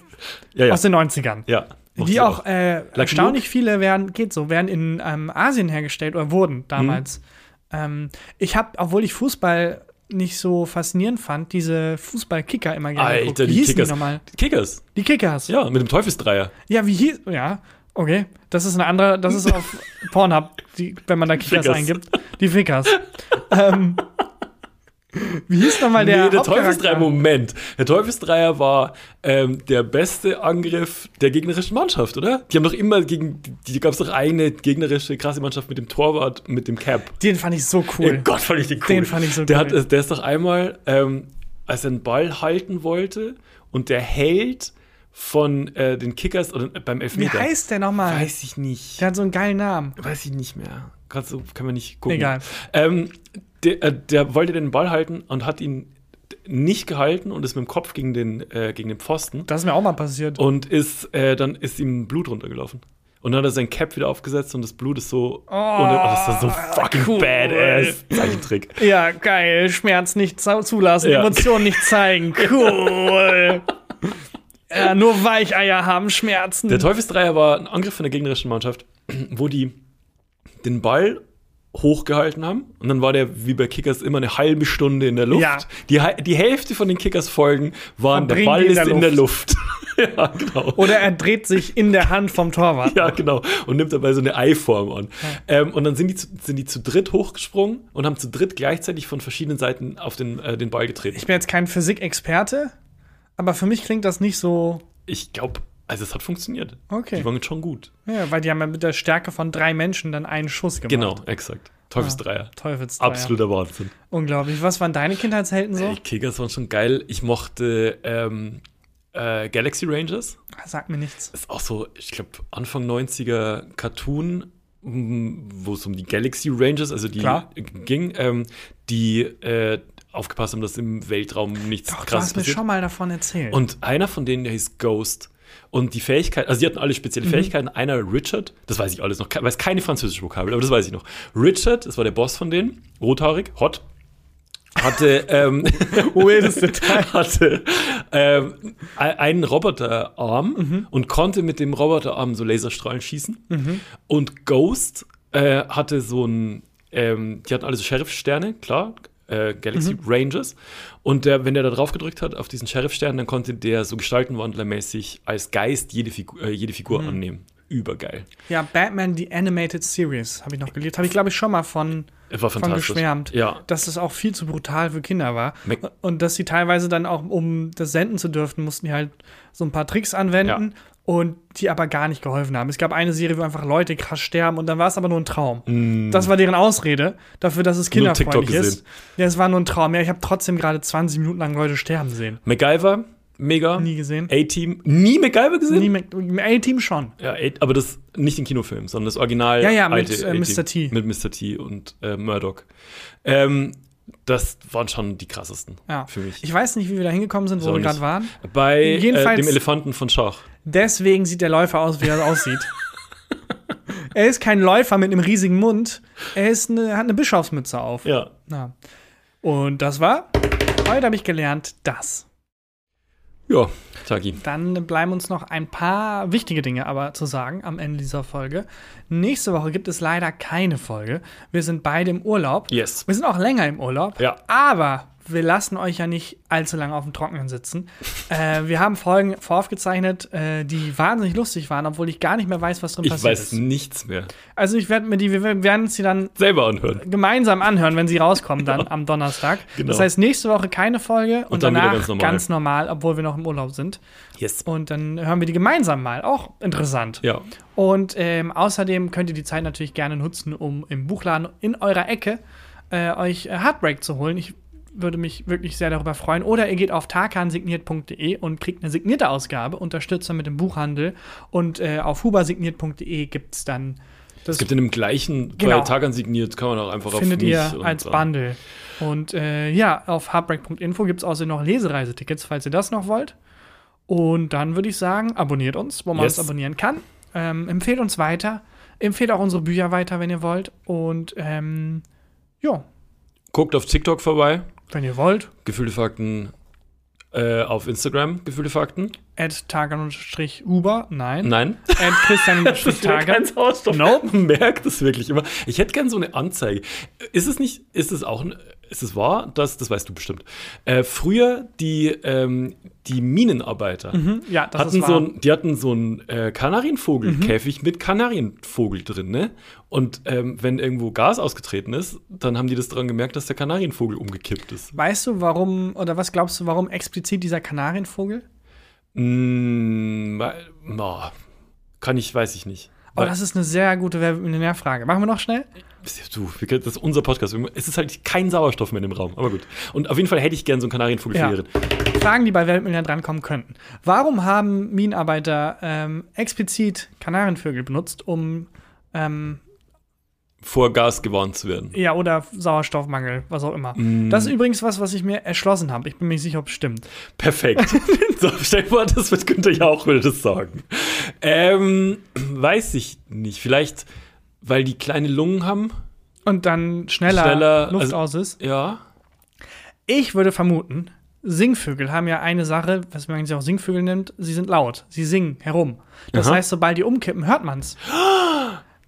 C: ja, ja.
B: aus den 90ern.
C: ja mochte
B: die
C: ich
B: auch, äh, erstaunlich
C: Luke?
B: viele werden, geht so, werden in ähm, Asien hergestellt oder wurden
C: Mhm.
B: damals. Ähm, ich habe, obwohl ich Fußball nicht so faszinierend fand, diese Fußballkicker immer gerne geguckt.
C: Alter,
B: Wie
C: die
B: hießen
C: Kickers.
B: die nochmal?
C: Kickers,
B: Die Kickers.
C: ja, mit dem Teufelsdreier.
B: Ja, wie hieß. Ja, okay. Das ist eine andere. Das ist
C: [laughs]
B: auf Pornhub, die, wenn man da Kickers
C: Fickers.
B: eingibt. Die Fickers. ähm, wie hieß nochmal der.
C: nee, der
B: Hauptcharakter?
C: Teufelsdreier, Moment. Der Teufelsdreier war ähm, der beste Angriff der gegnerischen Mannschaft, oder? Die haben doch immer gegen, die gab es doch eine gegnerische krasse Mannschaft mit dem Torwart, mit dem Cap.
B: Den fand ich so cool.
C: Oh Gott, fand ich den cool.
B: Den fand ich so
C: der
B: cool.
C: Hat, also der ist doch einmal, ähm, als er einen Ball halten wollte und der Held von äh, den Kickers oder beim
B: wie
C: Elfmeter.
B: heißt der nochmal?
C: Weiß ich nicht.
B: Der hat so einen geilen Namen.
C: Weiß ich nicht mehr. Gerade so kann man nicht gucken.
B: Egal.
C: Ähm, der, äh, der wollte den Ball halten und hat ihn d- nicht gehalten und ist mit dem Kopf gegen den, äh, gegen den Pfosten.
B: Das ist mir auch mal passiert.
C: Und ist, äh, dann ist ihm Blut runtergelaufen. Und dann hat er sein Cap wieder aufgesetzt und das Blut ist so. Oh, und, oh das ist so fucking
B: cool.
C: badass. Zeichentrick.
B: Ja, geil. Schmerz nicht zau- zulassen,
C: Ja.
B: Emotionen nicht
C: [laughs]
B: zeigen. Cool. ja, nur Weicheier haben Schmerzen.
C: Der Teufelsdreier war ein Angriff von der gegnerischen Mannschaft, wo die den Ball hochgehalten haben und dann war der wie bei Kickers immer eine halbe Stunde in der Luft.
B: Ja.
C: Die, Hal- die Hälfte von den Kickers Folgen waren der
B: Verbringen
C: Ball
B: die in
C: ist
B: der
C: in der Luft. [laughs] ja, genau.
B: Oder er dreht sich in der Hand vom Torwart.
C: ja, genau. Und nimmt dabei so eine Eiform an. Ähm, und dann sind die, zu, sind die zu dritt hochgesprungen und haben zu dritt gleichzeitig von verschiedenen Seiten auf den, äh, den Ball getreten.
B: ich bin jetzt kein Physikexperte, aber für mich klingt das nicht so
C: ich glaube, also es hat funktioniert.
B: Okay.
C: Die waren jetzt schon gut.
B: Ja, weil die haben ja mit der Stärke von drei Menschen dann einen Schuss gemacht.
C: Genau, exakt. Teufelsdreier.
B: Teufelsdreier.
C: Absoluter Wahnsinn.
B: Unglaublich. Was waren deine Kindheitshelden so?
C: Ey, Kickers waren schon geil. Ich mochte ähm, äh, Galaxy Rangers.
B: Sag mir nichts.
C: Ist auch so, ich glaube, Anfang 90er Cartoon, m, wo es um die Galaxy Rangers, also die
B: Klar.
C: ging, ähm, die äh, aufgepasst haben, dass im Weltraum nichts
B: Doch, du
C: krasses
B: hast mir
C: passiert.
B: schon mal davon erzählt.
C: Und einer von denen, der hieß Ghost. Und die Fähigkeit, also die hatten alle spezielle
B: Mhm.
C: Fähigkeiten. Einer Richard, das weiß ich alles noch, ke- weiß keine französische Vokabel, aber das weiß ich noch. Richard, das war der Boss von denen, rothaarig, hot, hatte,
B: [laughs]
C: ähm,
B: Weirdes Detail.
C: [laughs] hatte ähm, e- einen Roboterarm
B: Mhm.
C: und konnte mit dem Roboterarm so Laserstrahlen schießen. Und Ghost äh, hatte so ein, ähm, die hatten alle so Sheriff-Sterne, klar, äh, Galaxy
B: Mhm.
C: Rangers. Und der, wenn der da drauf gedrückt hat, auf diesen Sheriff-Stern, dann konnte der so gestaltenwandlermäßig als Geist jede, Figu äh, jede Figur
B: Mhm.
C: annehmen. Übergeil.
B: Ja, Batman The Animated Series habe ich noch geliebt. Habe ich, glaube ich, schon mal von,
C: War
B: von
C: fantastisch.
B: geschwärmt.
C: Ja.
B: Dass es auch viel zu brutal für Kinder war.
C: Mac-
B: und dass sie teilweise dann auch, um das senden zu dürfen, mussten die halt so ein paar Tricks anwenden. Und die aber gar nicht geholfen haben. Es gab eine Serie, wo einfach Leute krass sterben und dann war es aber nur ein Traum. Das war deren Ausrede dafür, dass es
C: Mm. Nur TikTok
B: kinderfreundlich ist.
C: gesehen.
B: Ja, es war nur ein Traum. Ja, ich habe trotzdem gerade 20 Minuten lang Leute sterben sehen.
C: MacGyver, mega.
B: Nie gesehen.
C: A-Team, nie MacGyver gesehen?
B: Nie mit- Im A-Team schon.
C: Ja, eight- aber das nicht den Kinofilm, sondern das Original.
B: Ja, ja, mit, äh,
C: Eight-
B: Mr. T.
C: Mit Mr. T und äh, Murdoch. Ähm, das waren schon die krassesten
B: Ja.
C: für mich.
B: Ich weiß nicht, wie wir da hingekommen sind,
C: Ist
B: wo
C: auch
B: wir
C: nicht-
B: gerade waren.
C: Bei äh,
B: Jedenfalls-
C: dem Elefanten von Schach.
B: Deswegen sieht der Läufer aus, wie er aussieht. er ist kein Läufer mit einem riesigen Mund. Er ist eine, hat eine Bischofsmütze auf.
C: Ja.
B: Na. Und das war, heute habe ich gelernt, das.
C: Ja, Taki.
B: Dann bleiben uns noch ein paar wichtige Dinge aber zu sagen am Ende dieser Folge. Nächste Woche gibt es leider keine Folge. Wir sind beide im Urlaub.
C: Yes.
B: Wir sind auch länger im Urlaub.
C: Ja.
B: Aber wir lassen euch ja nicht allzu lange auf dem Trockenen
C: [laughs]
B: sitzen. äh, wir haben Folgen voraufgezeichnet, äh, die wahnsinnig lustig waren, obwohl ich gar nicht mehr weiß, was drin
C: Ich
B: passiert
C: weiß
B: ist.
C: nichts mehr.
B: Also ich werde mir die, wir werden uns die dann
C: Selber anhören.
B: gemeinsam anhören, wenn sie rauskommen dann am Donnerstag.
C: Genau.
B: Das heißt, nächste Woche keine Folge und,
C: Und dann wieder
B: danach
C: ganz normal.
B: ganz normal, obwohl wir noch im Urlaub sind.
C: Yes.
B: Und dann hören wir die gemeinsam mal. Auch interessant.
C: Ja.
B: Und ähm, außerdem könnt ihr die Zeit natürlich gerne nutzen, um im Buchladen in eurer Ecke äh, euch äh, Heartbreak zu holen. Ich würde mich wirklich sehr darüber freuen. Oder ihr geht auf tarkansigniert.de und kriegt eine signierte Ausgabe, unterstützt dann mit dem Buchhandel. Und äh, auf hubersigniert.de gibt es dann, das
C: Es gibt in dem gleichen,
B: Genau.
C: bei Tag ansigniert, kann man auch einfach auf
B: findet
C: mich
B: ihr
C: und äh,
B: als
C: so.
B: Bundle. Und äh, ja, auf heartbreak.info gibt es außerdem noch Lesereisetickets, falls ihr das noch wollt. Und dann würde ich sagen, abonniert uns, wo man
C: Yes.
B: uns abonnieren kann. Ähm, empfehlt uns weiter. Empfehlt auch unsere Bücher weiter, wenn ihr wollt. Und ähm, ja,
C: Guckt auf TikTok vorbei.
B: wenn ihr wollt,
C: Gefühlte Fakten äh, auf Instagram. Gefühlte Fakten.
B: at tagan-uber, nein,
C: Nein.
B: at
C: [laughs]
B: christian-tagan.
C: Sauerstoff. Nope. Merkt es wirklich immer. Ich hätte gern so eine Anzeige. Ist es nicht, ist es auch, ein- ist es wahr? Das, das weißt du bestimmt. Äh, früher die, ähm, die Minenarbeiter
B: Ja, Mhm. das
C: hatten
B: ist
C: so
B: wahr. Mhm.
C: ein, die hatten so einen äh, Kanarienvogelkäfig mit Kanarienvogel drin, ne? Und ähm, wenn irgendwo Gas ausgetreten ist, dann haben die das daran gemerkt, dass der Kanarienvogel umgekippt ist.
B: Weißt du, warum, oder was glaubst du, warum explizit dieser Kanarienvogel?
C: Mm, weil- na, kann ich, weiß ich nicht.
B: Oh,
C: Weil-
B: das ist eine sehr gute Wer- Millionärfrage. Machen wir noch schnell?
C: Du, wir können- das ist unser Podcast. Es ist halt kein Sauerstoff mehr in dem Raum, aber gut. Und auf jeden Fall hätte ich gern so einen Kanarienvogel
B: Ja.
C: für ihren.
B: Fragen, die bei Weltmillionär drankommen könnten. Warum haben Minenarbeiter ähm, explizit Kanarienvögel benutzt, um ähm,
C: vor Gas gewarnt zu werden.
B: ja oder Sauerstoffmangel, was auch immer.
C: Mm.
B: Das ist übrigens was, was ich mir erschlossen habe. Ich bin mir nicht sicher, ob es stimmt.
C: Perfekt. so, stell dir vor, das wird Günther Jauch würde das sagen. Ähm, weiß ich nicht. Vielleicht, weil die kleine Lungen haben.
B: Und dann schneller,
C: Schneller,
B: Luft
C: also-
B: aus ist.
C: Ja.
B: Ich würde vermuten, Singvögel haben ja eine Sache, was man sie auch Singvögel nennt, sie sind laut, sie singen herum. Das
C: Aha.
B: heißt, sobald die umkippen, hört man's.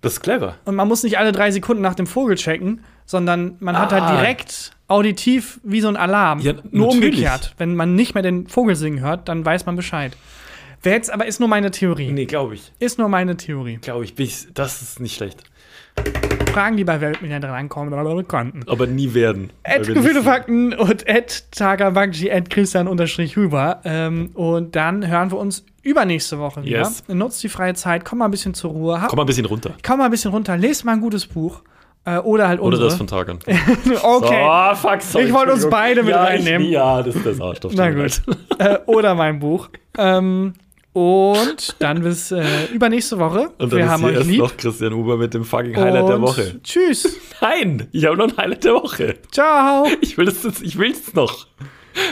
C: Das ist clever.
B: Und man muss nicht alle drei Sekunden nach dem Vogel checken, sondern man hat
C: Ah.
B: halt direkt auditiv wie so ein Alarm.
C: Ja,
B: nur
C: natürlich.
B: umgekehrt. Wenn man nicht mehr den Vogel singen hört, dann weiß man Bescheid. Wer jetzt aber ist nur meine Theorie.
C: Nee, glaube ich.
B: Ist nur meine Theorie.
C: Glaube ich, bin ich. Das ist nicht schlecht.
B: Fragen, die bei Weltmillionen ankommen oder konnten.
C: Aber nie werden.
B: Ad
C: Weil wir nicht-
B: Gefühlte Fakten und ad Tagabakji, ad Christian unterstrich Huber. Ähm, und dann hören wir uns übernächste Woche wieder.
C: Yes.
B: Nutzt die freie Zeit, komm mal ein bisschen zur Ruhe, hab,
C: Komm
B: komm,
C: mal ein bisschen runter.
B: mal ein bisschen runter, lest mal ein gutes Buch. Äh, oder halt
C: Oder
B: unsere.
C: das von Tag an.
B: [laughs] okay.
C: Oh, fuck, sorry,
B: Ich wollte uns
C: Entschuldigung.
B: beide mit
C: ja,
B: reinnehmen.
C: Ich, ja, das ist das Arsch. tut
B: Na
C: mir
B: gut.
C: leid.
B: äh, oder mein Buch. Ähm, und dann bis äh, übernächste Woche.
C: Und dann
B: Wir
C: ist
B: haben
C: hier
B: euch
C: erst
B: lieb.
C: noch Christian Huber mit dem fucking Highlight der
B: Und
C: Woche.
B: Tschüss.
C: Nein, ich habe noch ein Highlight der Woche.
B: Ciao.
C: Ich will es jetzt, ich will es noch.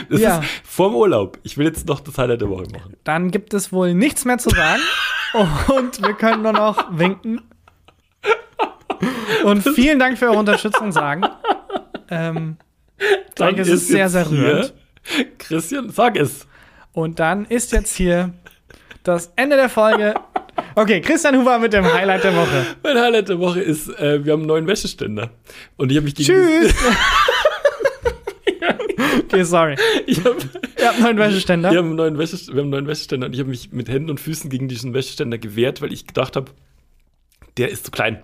C: Das
B: Ja.
C: ist vorm Urlaub. Ich will jetzt noch das Highlight der Woche machen.
B: Dann gibt es wohl nichts mehr zu sagen. Und wir können nur noch winken. Und vielen Dank für eure Unterstützung sagen. Ähm,
C: Dann
B: Danke, es ist sehr,
C: jetzt
B: sehr
C: hier-
B: rührend.
C: Christian, sag es.
B: und dann ist jetzt hier das Ende der Folge. Okay, Christian Huber mit dem Highlight der Woche.
C: Mein Highlight der Woche ist, äh, wir haben einen neuen Wäscheständer. Und ich habe mich gegen
B: Tschüss. Okay, sorry.
C: diesen- [laughs] Ich hab,
B: Ihr habt einen neuen
C: Wir
B: Wäscheständer.
C: haben, einen neuen Wäschest- wir haben einen neuen Wäscheständer und ich habe mich mit Händen und Füßen gegen diesen Wäscheständer gewehrt, weil ich gedacht habe, der ist zu klein.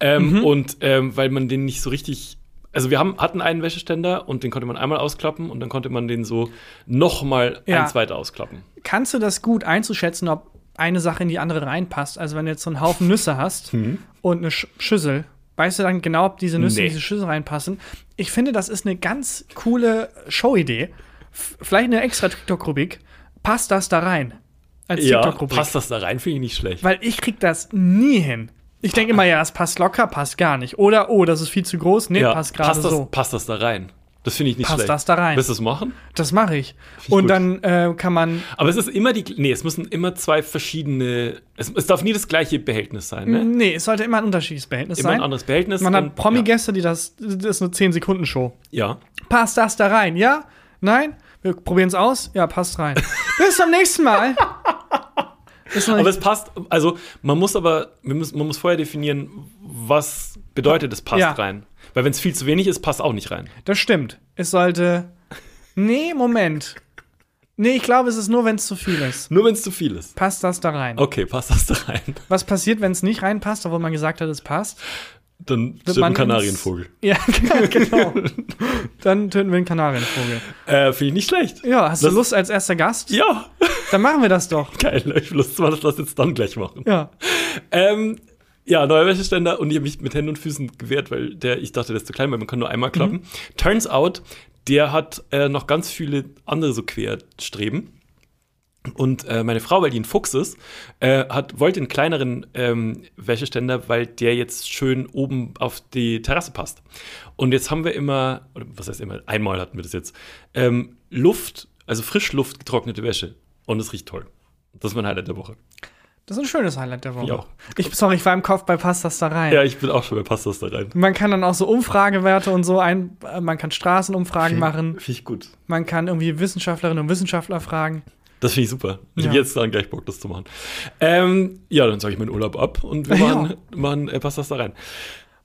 C: Ähm,
B: Mhm.
C: Und ähm, weil man den nicht so richtig. Also wir haben, hatten einen Wäscheständer und den konnte man einmal ausklappen und dann konnte man den so nochmal
B: Ja.
C: eins weiter ausklappen.
B: Kannst du das gut einzuschätzen, ob eine Sache in die andere reinpasst? Also wenn du jetzt so einen Haufen Nüsse hast und eine Sch Schüssel, weißt du dann genau, ob diese Nüsse
C: Mhm. Nee.
B: in diese Schüssel reinpassen? Ich finde, das ist eine ganz coole Showidee. F- Vielleicht eine extra TikTok-Rubrik. Passt das da rein? Als
C: Ja,
B: TikTok-Rubrik.
C: passt das da rein? Finde ich nicht schlecht.
B: Weil ich krieg das nie hin. Ich denke immer, ja, das passt locker, passt gar nicht. Oder, oh, das ist viel zu groß. Nee,
C: ja,
B: passt gerade
C: das,
B: so.
C: Passt das da rein? Das finde ich nicht
B: Passt
C: schlecht.
B: das da rein?
C: Willst du das machen?
B: Das mache ich.
C: ich
B: und
C: gut.
B: dann äh, kann man
C: Aber es ist immer die. Nee, es müssen immer zwei verschiedene. Es, es darf nie das gleiche Behältnis sein, ne?
B: Nee, es sollte immer ein unterschiedliches Behältnis
C: Immer
B: Mhm. sein.
C: ein anderes Behältnis
B: Man hat
C: und-
B: Promi-Gäste, die das, das ist eine 10-Sekunden-Show.
C: Ja.
B: Passt das da rein? Ja? Nein? Wir probieren es aus? Ja, passt
C: [laughs]
B: rein. Bis zum nächsten Mal. Ist noch
C: Aber
B: nicht,
C: es passt, also man muss aber, wir müssen, man muss vorher definieren, was bedeutet, es passt
B: Ja.
C: rein. Weil wenn es viel zu wenig ist, passt auch nicht rein.
B: das stimmt. Es sollte. Nee, Moment. Nee, ich glaube, es ist nur, wenn es zu viel ist.
C: Nur wenn es zu viel ist.
B: Passt das da rein?
C: Okay, passt das da rein.
B: Was passiert, wenn es nicht reinpasst, obwohl man gesagt hat, es passt?
C: Dann stirbt
B: man
C: ein
B: ins-
C: Kanarienvogel.
B: Ja, [laughs] genau. Dann töten wir einen Kanarienvogel.
C: Äh, Finde ich nicht schlecht.
B: Ja, hast
C: Das-
B: du Lust als erster Gast?
C: Ja, [laughs]
B: Dann machen wir das doch.
C: geil. Ich will das, das lass jetzt dann gleich machen.
B: Ja.
C: Ähm, ja, neuer Wäscheständer und ich habe mich mit Händen und Füßen gewehrt, weil der, ich dachte, der ist zu klein, weil man kann nur einmal klappen. Turns out, der hat äh, noch ganz viele andere so Querstreben. Und äh, meine Frau, weil die ein Fuchs ist, äh, hat, wollte einen kleineren ähm, Wäscheständer, weil der jetzt schön oben auf die Terrasse passt. Und jetzt haben wir immer, oder was heißt immer, einmal hatten wir das jetzt, ähm, Luft, also Frischluft getrocknete Wäsche. Und es riecht toll. Das ist mein Highlight der Woche.
B: Das ist ein schönes Highlight der Woche.
C: Ich auch.
B: Ich, sorry, ich war im Kopf bei Passt das da rein.
C: Ja, ich bin auch schon bei Passt das da rein.
B: Man kann dann auch so Umfragewerte und so ein, äh, man kann Straßenumfragen machen,
C: Finde ich gut.
B: man kann irgendwie Wissenschaftlerinnen und Wissenschaftler fragen.
C: Das finde ich super. Ich
B: Ja.
C: habe jetzt dann gleich Bock, das zu machen. Ähm, ja, dann sage ich meinen Urlaub ab und wir
B: Ja.
C: machen, machen äh, passt das da rein.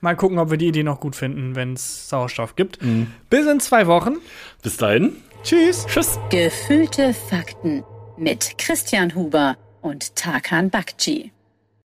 B: Mal gucken, ob wir die Idee noch gut finden, wenn es Sauerstoff gibt.
C: Mhm.
B: Bis in zwei Wochen.
C: Bis dahin.
B: Tschüss.
C: Tschüss.
A: Gefühlte Fakten mit Christian Huber und Tarkan Bakci.